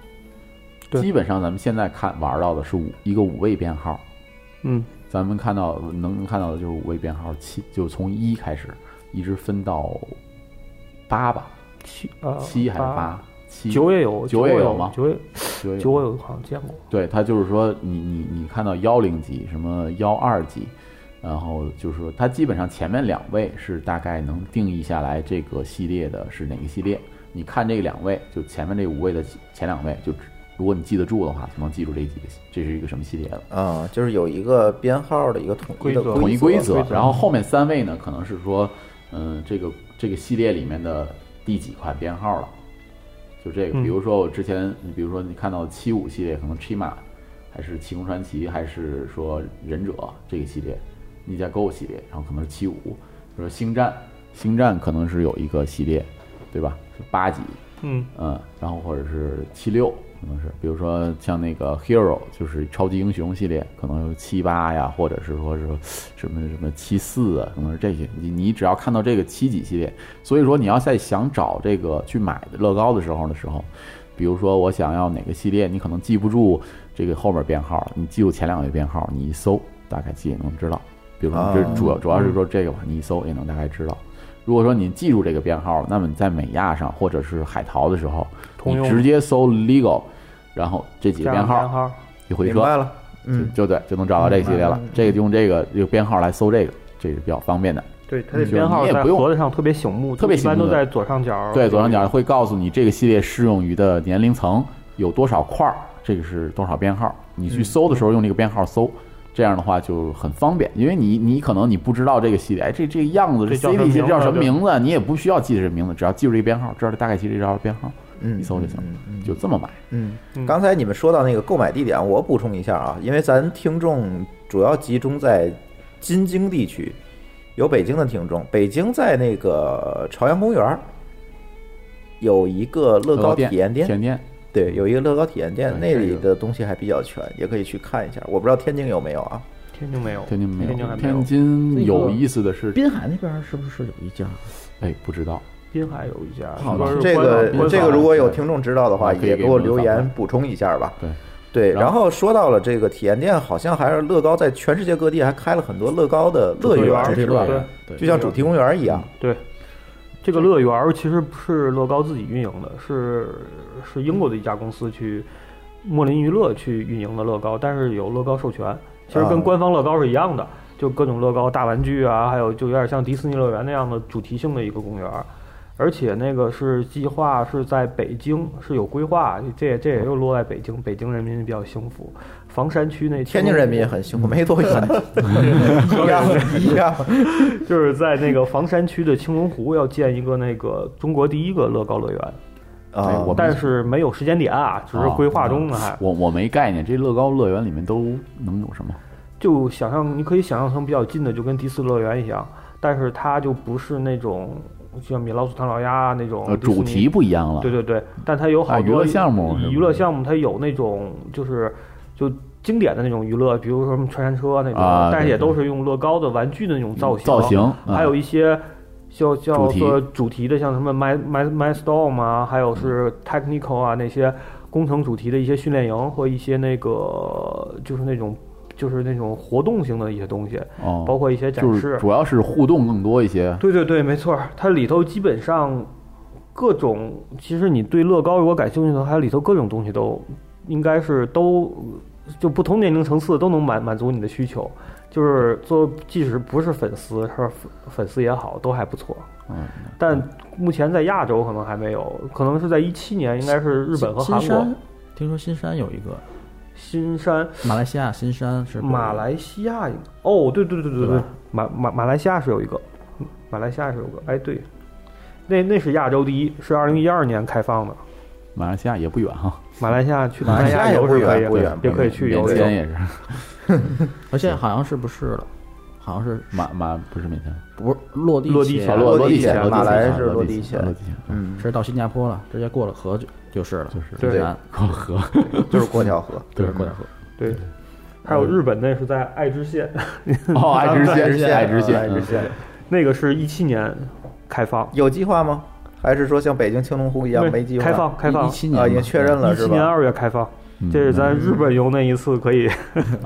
[SPEAKER 5] 对
[SPEAKER 4] 基本上咱们现在看玩到的是五一个五位编号，
[SPEAKER 5] 嗯，
[SPEAKER 4] 咱们看到能看到的就是五位编号七，就从一开始一直分到八吧，
[SPEAKER 5] 七啊，
[SPEAKER 4] 七还是八？七
[SPEAKER 5] 九也有，
[SPEAKER 4] 九也
[SPEAKER 5] 也
[SPEAKER 4] 有吗
[SPEAKER 5] 九也
[SPEAKER 4] 九也有
[SPEAKER 5] 九我有好像见过。
[SPEAKER 4] 对他就是说你你你看到幺零级什么幺二级，然后就是说它基本上前面两位是大概能定义下来这个系列的是哪个系列。你看这两位，就前面这五位的前两位，就只如果你记得住的话，就能记住这几个这是一个什么系列了。
[SPEAKER 3] 啊，就是有一个编号的一个统一的
[SPEAKER 5] 规则
[SPEAKER 4] 统一规则
[SPEAKER 3] 规，则
[SPEAKER 4] 然后后面三位呢，可能是说，嗯、这个这个系列里面的第几款编号了，就这个。
[SPEAKER 5] 嗯
[SPEAKER 4] 比如说我之前，你比如说你看到七五系列，可能 Chima，还是七空传奇，还是说忍者这个系列，逆架 Go 系列，然后可能是七五，比如说星战，星战可能是有一个系列，对吧？是八级，
[SPEAKER 5] 嗯，
[SPEAKER 4] 嗯，然后或者是七六，可能是，比如说像那个 Hero，就是超级英雄系列，可能有七八呀，或者是说是什么什么七四啊，可能是这些。你你只要看到这个七几系列，所以说你要在想找这个去买乐高的时候的时候，比如说我想要哪个系列，你可能记不住这个后面编号，你记住前两位编号，你一搜大概记也能知道。比如说这
[SPEAKER 3] 啊
[SPEAKER 4] 主要主要是说这个吧，你一搜也能大概知道。如果说你记住这个编号了，那么你在美亚上或者是海淘的时候，
[SPEAKER 5] 通
[SPEAKER 4] 你
[SPEAKER 5] 用
[SPEAKER 4] 直接搜 legal，然后这几个
[SPEAKER 5] 加
[SPEAKER 4] 编
[SPEAKER 5] 上编
[SPEAKER 4] 号
[SPEAKER 5] 号，
[SPEAKER 4] 一回
[SPEAKER 3] 明
[SPEAKER 4] 车，
[SPEAKER 3] 白了，嗯，
[SPEAKER 4] 就就对，就能找到这个系列了
[SPEAKER 3] 明白了。
[SPEAKER 4] 这个就用这个这个编号来搜这个，这是比较方便的。
[SPEAKER 5] 对，它
[SPEAKER 4] 你就
[SPEAKER 5] 这编号
[SPEAKER 4] 你也
[SPEAKER 5] 在
[SPEAKER 4] 不用
[SPEAKER 5] 盒子上特别醒目，
[SPEAKER 4] 特别
[SPEAKER 5] 一般
[SPEAKER 4] 醒目
[SPEAKER 5] 都
[SPEAKER 4] 的
[SPEAKER 5] 在左上角。
[SPEAKER 4] 对，左上角会告诉你这个系列适用于的年龄层有多少块儿，这个是多少编号。你
[SPEAKER 3] 嗯
[SPEAKER 4] 去搜的时候用这个编号搜，这样的话就很方便，因为你你可能你不知道这个系列，哎，这这个样子
[SPEAKER 5] 这叫
[SPEAKER 4] C
[SPEAKER 5] 什么
[SPEAKER 4] D 系列
[SPEAKER 5] 名字
[SPEAKER 4] 叫什么
[SPEAKER 5] 对
[SPEAKER 4] 名字，你也不需要记这名字，只要记住这个编号，知道大概记这招编号，
[SPEAKER 3] 嗯
[SPEAKER 4] 一搜就行
[SPEAKER 3] 嗯嗯，
[SPEAKER 4] 就这么买。
[SPEAKER 3] 嗯，
[SPEAKER 5] 嗯
[SPEAKER 3] 刚才你们说到那个购买地点，我补充一下啊，因为咱听众主要集中在京津地区，有北京的听众，北京在那个朝阳公园儿有一个乐高体
[SPEAKER 4] 店
[SPEAKER 3] 验
[SPEAKER 4] 体验店，
[SPEAKER 3] 对，有一个乐高体验店，
[SPEAKER 4] 对
[SPEAKER 3] 那
[SPEAKER 4] 这
[SPEAKER 3] 里
[SPEAKER 4] 个
[SPEAKER 3] 的东西还比较全，也可以去看一下。我不知道天津有没有啊？
[SPEAKER 5] 天津没有，
[SPEAKER 4] 天津没
[SPEAKER 5] 天津还
[SPEAKER 4] 有，
[SPEAKER 5] 没有
[SPEAKER 4] 天，津
[SPEAKER 6] 那
[SPEAKER 4] 有
[SPEAKER 6] 个
[SPEAKER 4] 意思的是，
[SPEAKER 6] 滨海那边是不是有一家？
[SPEAKER 4] 哎，不知道，
[SPEAKER 5] 滨海有一家。
[SPEAKER 4] 好
[SPEAKER 5] 说
[SPEAKER 4] 吧
[SPEAKER 5] 是
[SPEAKER 3] 这
[SPEAKER 5] 官网
[SPEAKER 3] 个
[SPEAKER 5] 官
[SPEAKER 3] 这个
[SPEAKER 5] 网
[SPEAKER 3] 如果有听众知道的话，
[SPEAKER 4] 对可
[SPEAKER 3] 也
[SPEAKER 4] 以给
[SPEAKER 3] 给
[SPEAKER 4] 我
[SPEAKER 3] 我
[SPEAKER 4] 们
[SPEAKER 3] 留
[SPEAKER 4] 反
[SPEAKER 3] 言
[SPEAKER 4] 馈
[SPEAKER 3] 补充一下吧。
[SPEAKER 4] 对
[SPEAKER 3] 对，
[SPEAKER 4] 然后
[SPEAKER 3] 然后说到了这个体验店，好像还是乐高在全世界各地还开了很多乐高的乐
[SPEAKER 5] 乐园
[SPEAKER 3] 园，
[SPEAKER 5] 儿
[SPEAKER 3] 是
[SPEAKER 5] 乐
[SPEAKER 3] 吧？
[SPEAKER 5] 园
[SPEAKER 3] 就像主题公园一样。
[SPEAKER 5] 对，这个乐园儿其实不是乐高自己运营的，是是英国的一家公司去莫林娱乐去运营的乐高，但是有乐高授权，其实
[SPEAKER 3] 啊
[SPEAKER 5] 跟官方乐高是一样的，就各种乐高大玩具啊，还有就有点像迪士尼乐园那样的主题性的一个公园儿。而且那个是计划是在北京是有规划，这也这也又落在北京，北京人民比较幸福。房山区那
[SPEAKER 3] 天津人民也很辛苦，没多远， 一样一样。
[SPEAKER 5] 就是在那个房山区的青龙湖要建一个那个中国第一个乐高乐园，
[SPEAKER 3] 啊，
[SPEAKER 4] 我们
[SPEAKER 5] 但是没有时间点啊，只是规划中呢，还
[SPEAKER 4] 我我没概念，这乐高乐园里面都能有什么？
[SPEAKER 5] 就想象，你可以想象成比较近的，就跟迪士尼乐园一样，但是它就不是那种像米老鼠、唐老鸭啊那种
[SPEAKER 4] 呃，
[SPEAKER 5] 迪士尼
[SPEAKER 4] 主题不一样了。
[SPEAKER 5] 对对对，但它有好
[SPEAKER 4] 啊
[SPEAKER 5] 多
[SPEAKER 4] 娱乐项目是吗
[SPEAKER 5] 娱乐项目它有那种就是就经典的那种娱乐，比如说什么穿山车那种，
[SPEAKER 4] 啊
[SPEAKER 5] 但是
[SPEAKER 4] 对
[SPEAKER 5] 也
[SPEAKER 4] 对
[SPEAKER 5] 都是用乐高的玩具的那种造型，
[SPEAKER 4] 造型啊
[SPEAKER 5] 还有一些。叫叫
[SPEAKER 4] 主题
[SPEAKER 5] 做主题的，像什么 My My My Storm 啊，还有是 Technical 啊那些工程主题的一些训练营和一些那个就是那种就是那种活动性的一些东西，
[SPEAKER 4] 哦，
[SPEAKER 5] 包括一些展
[SPEAKER 4] 就
[SPEAKER 5] 示，
[SPEAKER 4] 是主要是互动更多一些。
[SPEAKER 5] 对对对，没错儿，它里头基本上各种，其实你对乐高如果感兴趣的话，它里头各种东西都应该是都就不同年龄层次都能满满足你的需求。就是做，即使不是粉丝，是吧粉粉丝也好，都还不错。
[SPEAKER 4] 嗯，
[SPEAKER 5] 但目前在亚洲可能还没有，可能是在一七年，应该是日本和
[SPEAKER 6] 新
[SPEAKER 5] 韩
[SPEAKER 6] 新
[SPEAKER 5] 国
[SPEAKER 6] 山。听说新山有一个，
[SPEAKER 5] 新山、
[SPEAKER 6] 马来西亚新山是不是
[SPEAKER 5] 马来西亚，哦，对对对对
[SPEAKER 6] 对
[SPEAKER 5] 对
[SPEAKER 6] 吧，
[SPEAKER 5] 马马马来西亚是有一个，嗯马来西亚是有个，哎对，那那是亚洲第一，是二零一二年开放的。
[SPEAKER 4] 马来西亚也不远哈，
[SPEAKER 5] 马来西亚去
[SPEAKER 3] 马来西亚
[SPEAKER 5] 亚游
[SPEAKER 3] 也
[SPEAKER 5] 是
[SPEAKER 3] 不
[SPEAKER 5] 可以
[SPEAKER 3] 远不
[SPEAKER 5] 的
[SPEAKER 3] 远
[SPEAKER 5] 也可以去游
[SPEAKER 4] 免
[SPEAKER 5] 的。
[SPEAKER 4] 签也是
[SPEAKER 6] 而且好像是不是了，好像是
[SPEAKER 4] 马马不是免 签，
[SPEAKER 6] 不是落地
[SPEAKER 5] 落地
[SPEAKER 6] 前
[SPEAKER 5] 前
[SPEAKER 3] 落
[SPEAKER 4] 落
[SPEAKER 3] 地
[SPEAKER 4] 前
[SPEAKER 3] 前
[SPEAKER 4] 落地
[SPEAKER 3] 马来
[SPEAKER 4] 前
[SPEAKER 3] 是
[SPEAKER 4] 落
[SPEAKER 3] 落
[SPEAKER 4] 地
[SPEAKER 3] 地
[SPEAKER 4] 前
[SPEAKER 3] 前
[SPEAKER 4] 落地前，嗯
[SPEAKER 3] 嗯，
[SPEAKER 6] 是到新加坡了，直接过了河就就是了，
[SPEAKER 4] 就是
[SPEAKER 5] 对
[SPEAKER 6] 很难
[SPEAKER 4] 过了河，
[SPEAKER 3] 就是过条河。
[SPEAKER 6] 就是过了河。
[SPEAKER 5] 对，还有日本那是在爱知县，
[SPEAKER 4] 哦，爱 知
[SPEAKER 3] 爱知
[SPEAKER 4] 县，
[SPEAKER 3] 县，
[SPEAKER 4] 爱知县，
[SPEAKER 3] 爱知
[SPEAKER 4] 嗯
[SPEAKER 3] 县
[SPEAKER 5] 那个是一七年开放，
[SPEAKER 3] 有计划吗？还是说像北京青龙湖一样没计划？
[SPEAKER 5] 开放开放
[SPEAKER 6] 一，七年
[SPEAKER 3] 啊，已经
[SPEAKER 6] 嘛
[SPEAKER 3] 确认了
[SPEAKER 5] 一
[SPEAKER 3] 是
[SPEAKER 5] 七年
[SPEAKER 3] 吧？
[SPEAKER 5] 二月开放，
[SPEAKER 4] 嗯
[SPEAKER 5] 这是咱日本游那一次可以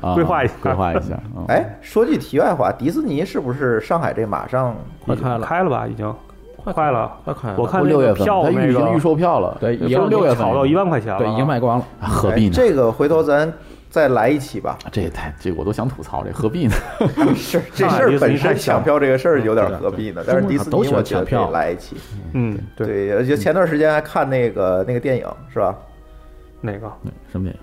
[SPEAKER 4] 啊
[SPEAKER 5] 规划一下
[SPEAKER 4] 规划一 下。嗯，
[SPEAKER 3] 哎，说句题外话，迪士尼是不是上海这马上
[SPEAKER 6] 快开了，
[SPEAKER 5] 开了吧，已经
[SPEAKER 6] 快
[SPEAKER 5] 快了
[SPEAKER 6] 快开了。
[SPEAKER 5] 我看
[SPEAKER 4] 不六
[SPEAKER 5] 那
[SPEAKER 4] 月
[SPEAKER 5] 个
[SPEAKER 4] 份，
[SPEAKER 5] 票
[SPEAKER 4] 他
[SPEAKER 5] 那
[SPEAKER 4] 预已经
[SPEAKER 5] 个
[SPEAKER 4] 预售票了，
[SPEAKER 6] 对
[SPEAKER 4] 不是
[SPEAKER 6] 一样
[SPEAKER 4] 六月份
[SPEAKER 5] 炒到一万块钱了，
[SPEAKER 6] 对，已经卖光了。
[SPEAKER 4] 啊何必
[SPEAKER 3] 哎
[SPEAKER 4] 呢？
[SPEAKER 3] 这个回头咱再来一期吧。
[SPEAKER 4] 这也太这我都想吐槽这何 必呢？
[SPEAKER 3] 是这
[SPEAKER 5] 上海
[SPEAKER 3] 事儿
[SPEAKER 5] 迪士尼
[SPEAKER 3] 本
[SPEAKER 5] 太嗯
[SPEAKER 3] 身
[SPEAKER 5] 小
[SPEAKER 3] 抢票这个事儿有点儿何必呢？但是迪士尼
[SPEAKER 6] 中国人
[SPEAKER 3] 我
[SPEAKER 6] 都
[SPEAKER 3] 觉
[SPEAKER 6] 喜
[SPEAKER 3] 得可
[SPEAKER 6] 欢抢
[SPEAKER 3] 以
[SPEAKER 6] 票
[SPEAKER 3] 来一期。
[SPEAKER 5] 嗯，对，
[SPEAKER 3] 对，而且前段时间还看那个那个电影是吧？
[SPEAKER 5] 哪个？
[SPEAKER 6] 对什么电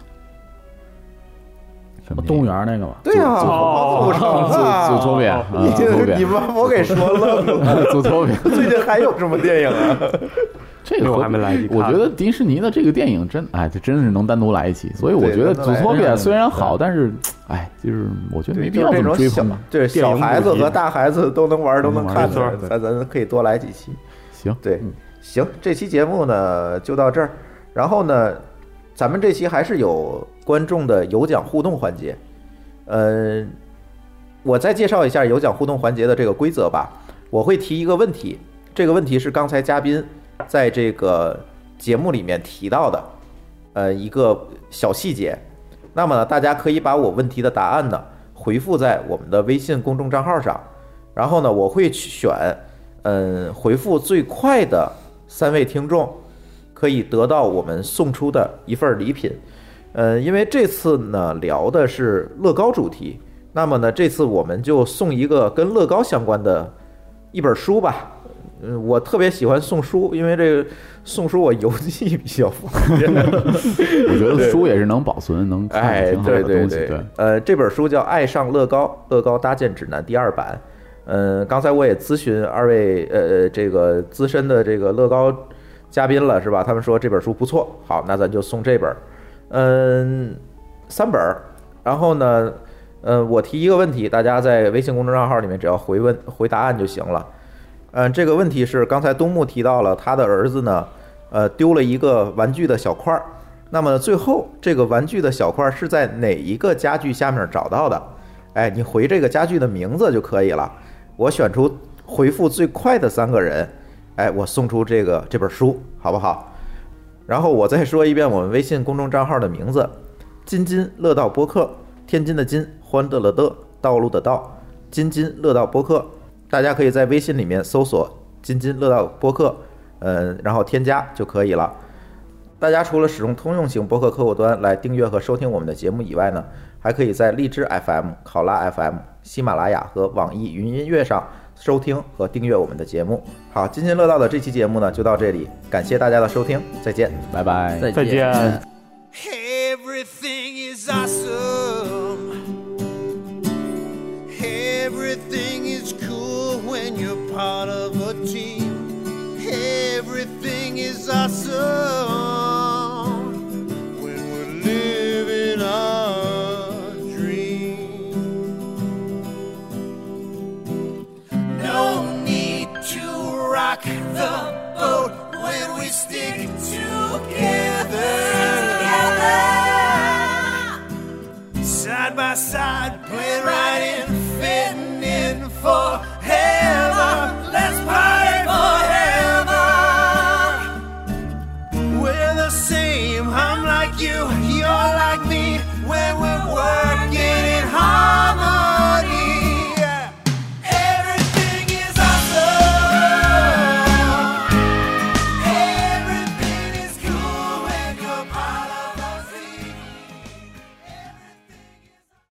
[SPEAKER 4] 什么
[SPEAKER 6] 影？动物园儿那个嘛，
[SPEAKER 3] 对呀，
[SPEAKER 5] 祖
[SPEAKER 3] 王祖成啊，
[SPEAKER 4] 祖祖托比啊
[SPEAKER 3] 你
[SPEAKER 4] 祖托比
[SPEAKER 3] 你把我给说愣了。
[SPEAKER 4] 祖托 比，
[SPEAKER 3] 最近还有什么电 影啊？
[SPEAKER 4] 这个
[SPEAKER 5] 我还没来得及看
[SPEAKER 4] 我觉得迪士尼的这个电影真，哎，这真是能单独来一期。所以我
[SPEAKER 3] 对
[SPEAKER 4] 觉得《
[SPEAKER 3] 单独
[SPEAKER 4] 祖
[SPEAKER 3] 来
[SPEAKER 4] 托比
[SPEAKER 6] 对》
[SPEAKER 4] 虽然好，但是，哎，就是我觉得没
[SPEAKER 3] 对，
[SPEAKER 4] 必
[SPEAKER 3] 就
[SPEAKER 4] 要
[SPEAKER 3] 是这
[SPEAKER 4] 这么
[SPEAKER 3] 种
[SPEAKER 4] 追
[SPEAKER 3] 小
[SPEAKER 4] 捧吧。，
[SPEAKER 3] 对小孩子和大孩子都能玩儿都能
[SPEAKER 4] 能玩儿
[SPEAKER 3] 看
[SPEAKER 4] 对
[SPEAKER 3] 的，咱咱可以多来几期。
[SPEAKER 4] 行，
[SPEAKER 3] 对，行，这期节目呢就到这儿。然后呢，咱们这期还是有观众的有奖互动环节。呃，我再介绍一下有奖互动环节的这个规则吧。我会提一个问题，这个问题是刚才嘉宾在这个节目里面提到的，呃，一个小细节。那么呢，大家可以把我问题的答案呢回复在我们的微信公众账号上，然后呢，我会去选嗯，回复最快的三位听众，可以得到我们送出的一份礼品。嗯，因为这次呢聊的是乐高主题，那么呢这次我们就送一个跟乐高相关的一本书吧。嗯，我特别喜欢送书，因为这个送书我邮寄比较 方便。
[SPEAKER 4] 我觉得书也是能保存、能看
[SPEAKER 3] 哎，
[SPEAKER 4] 挺好的
[SPEAKER 3] 对对
[SPEAKER 4] 东西。
[SPEAKER 3] 对
[SPEAKER 4] 对，，
[SPEAKER 3] 呃，这本书叫《爱上乐高：乐高搭建指南》第二版。嗯，刚才我也咨询二位呃这个资深的这个乐高嘉宾了，是吧？他们说这本书不错，好，那咱就送这本儿。嗯，三本儿。然后呢，呃，我提一个问题，大家在微信公众账号里面只要回问回答案就行了。嗯，这个问题是刚才东木提到了他的儿子呢，呃，丢了一个玩具的小块儿。那么最后这个玩具的小块儿是在哪一个家具下面找到的？哎，你回这个家具的名字就可以了。我选出回复最快的三个人，哎，我送出这个这本书，好不好？然后我再说一遍我们微信公众账号的名字：津津乐道播客，天津的津，欢乐的乐，道路的道，津津乐道播客。大家可以在微信里面搜索“津津乐道播客”，嗯，然后添加就可以了。大家除了使用通用型播客客户端来订阅和收听我们的节目以外呢，还可以在荔枝 FM、考拉 FM、喜马拉雅和网易云音乐上收听和订阅我们的节目。好，津津乐道的这期节目呢就到这里，感谢大家的收听，再见。
[SPEAKER 4] 拜拜。
[SPEAKER 5] 再见。
[SPEAKER 8] Everything is awesome. Everything is cool when you're part of a team. Everything is awesome when we're living our dream. No need to rock the boat when we stick together. Side by side, playing right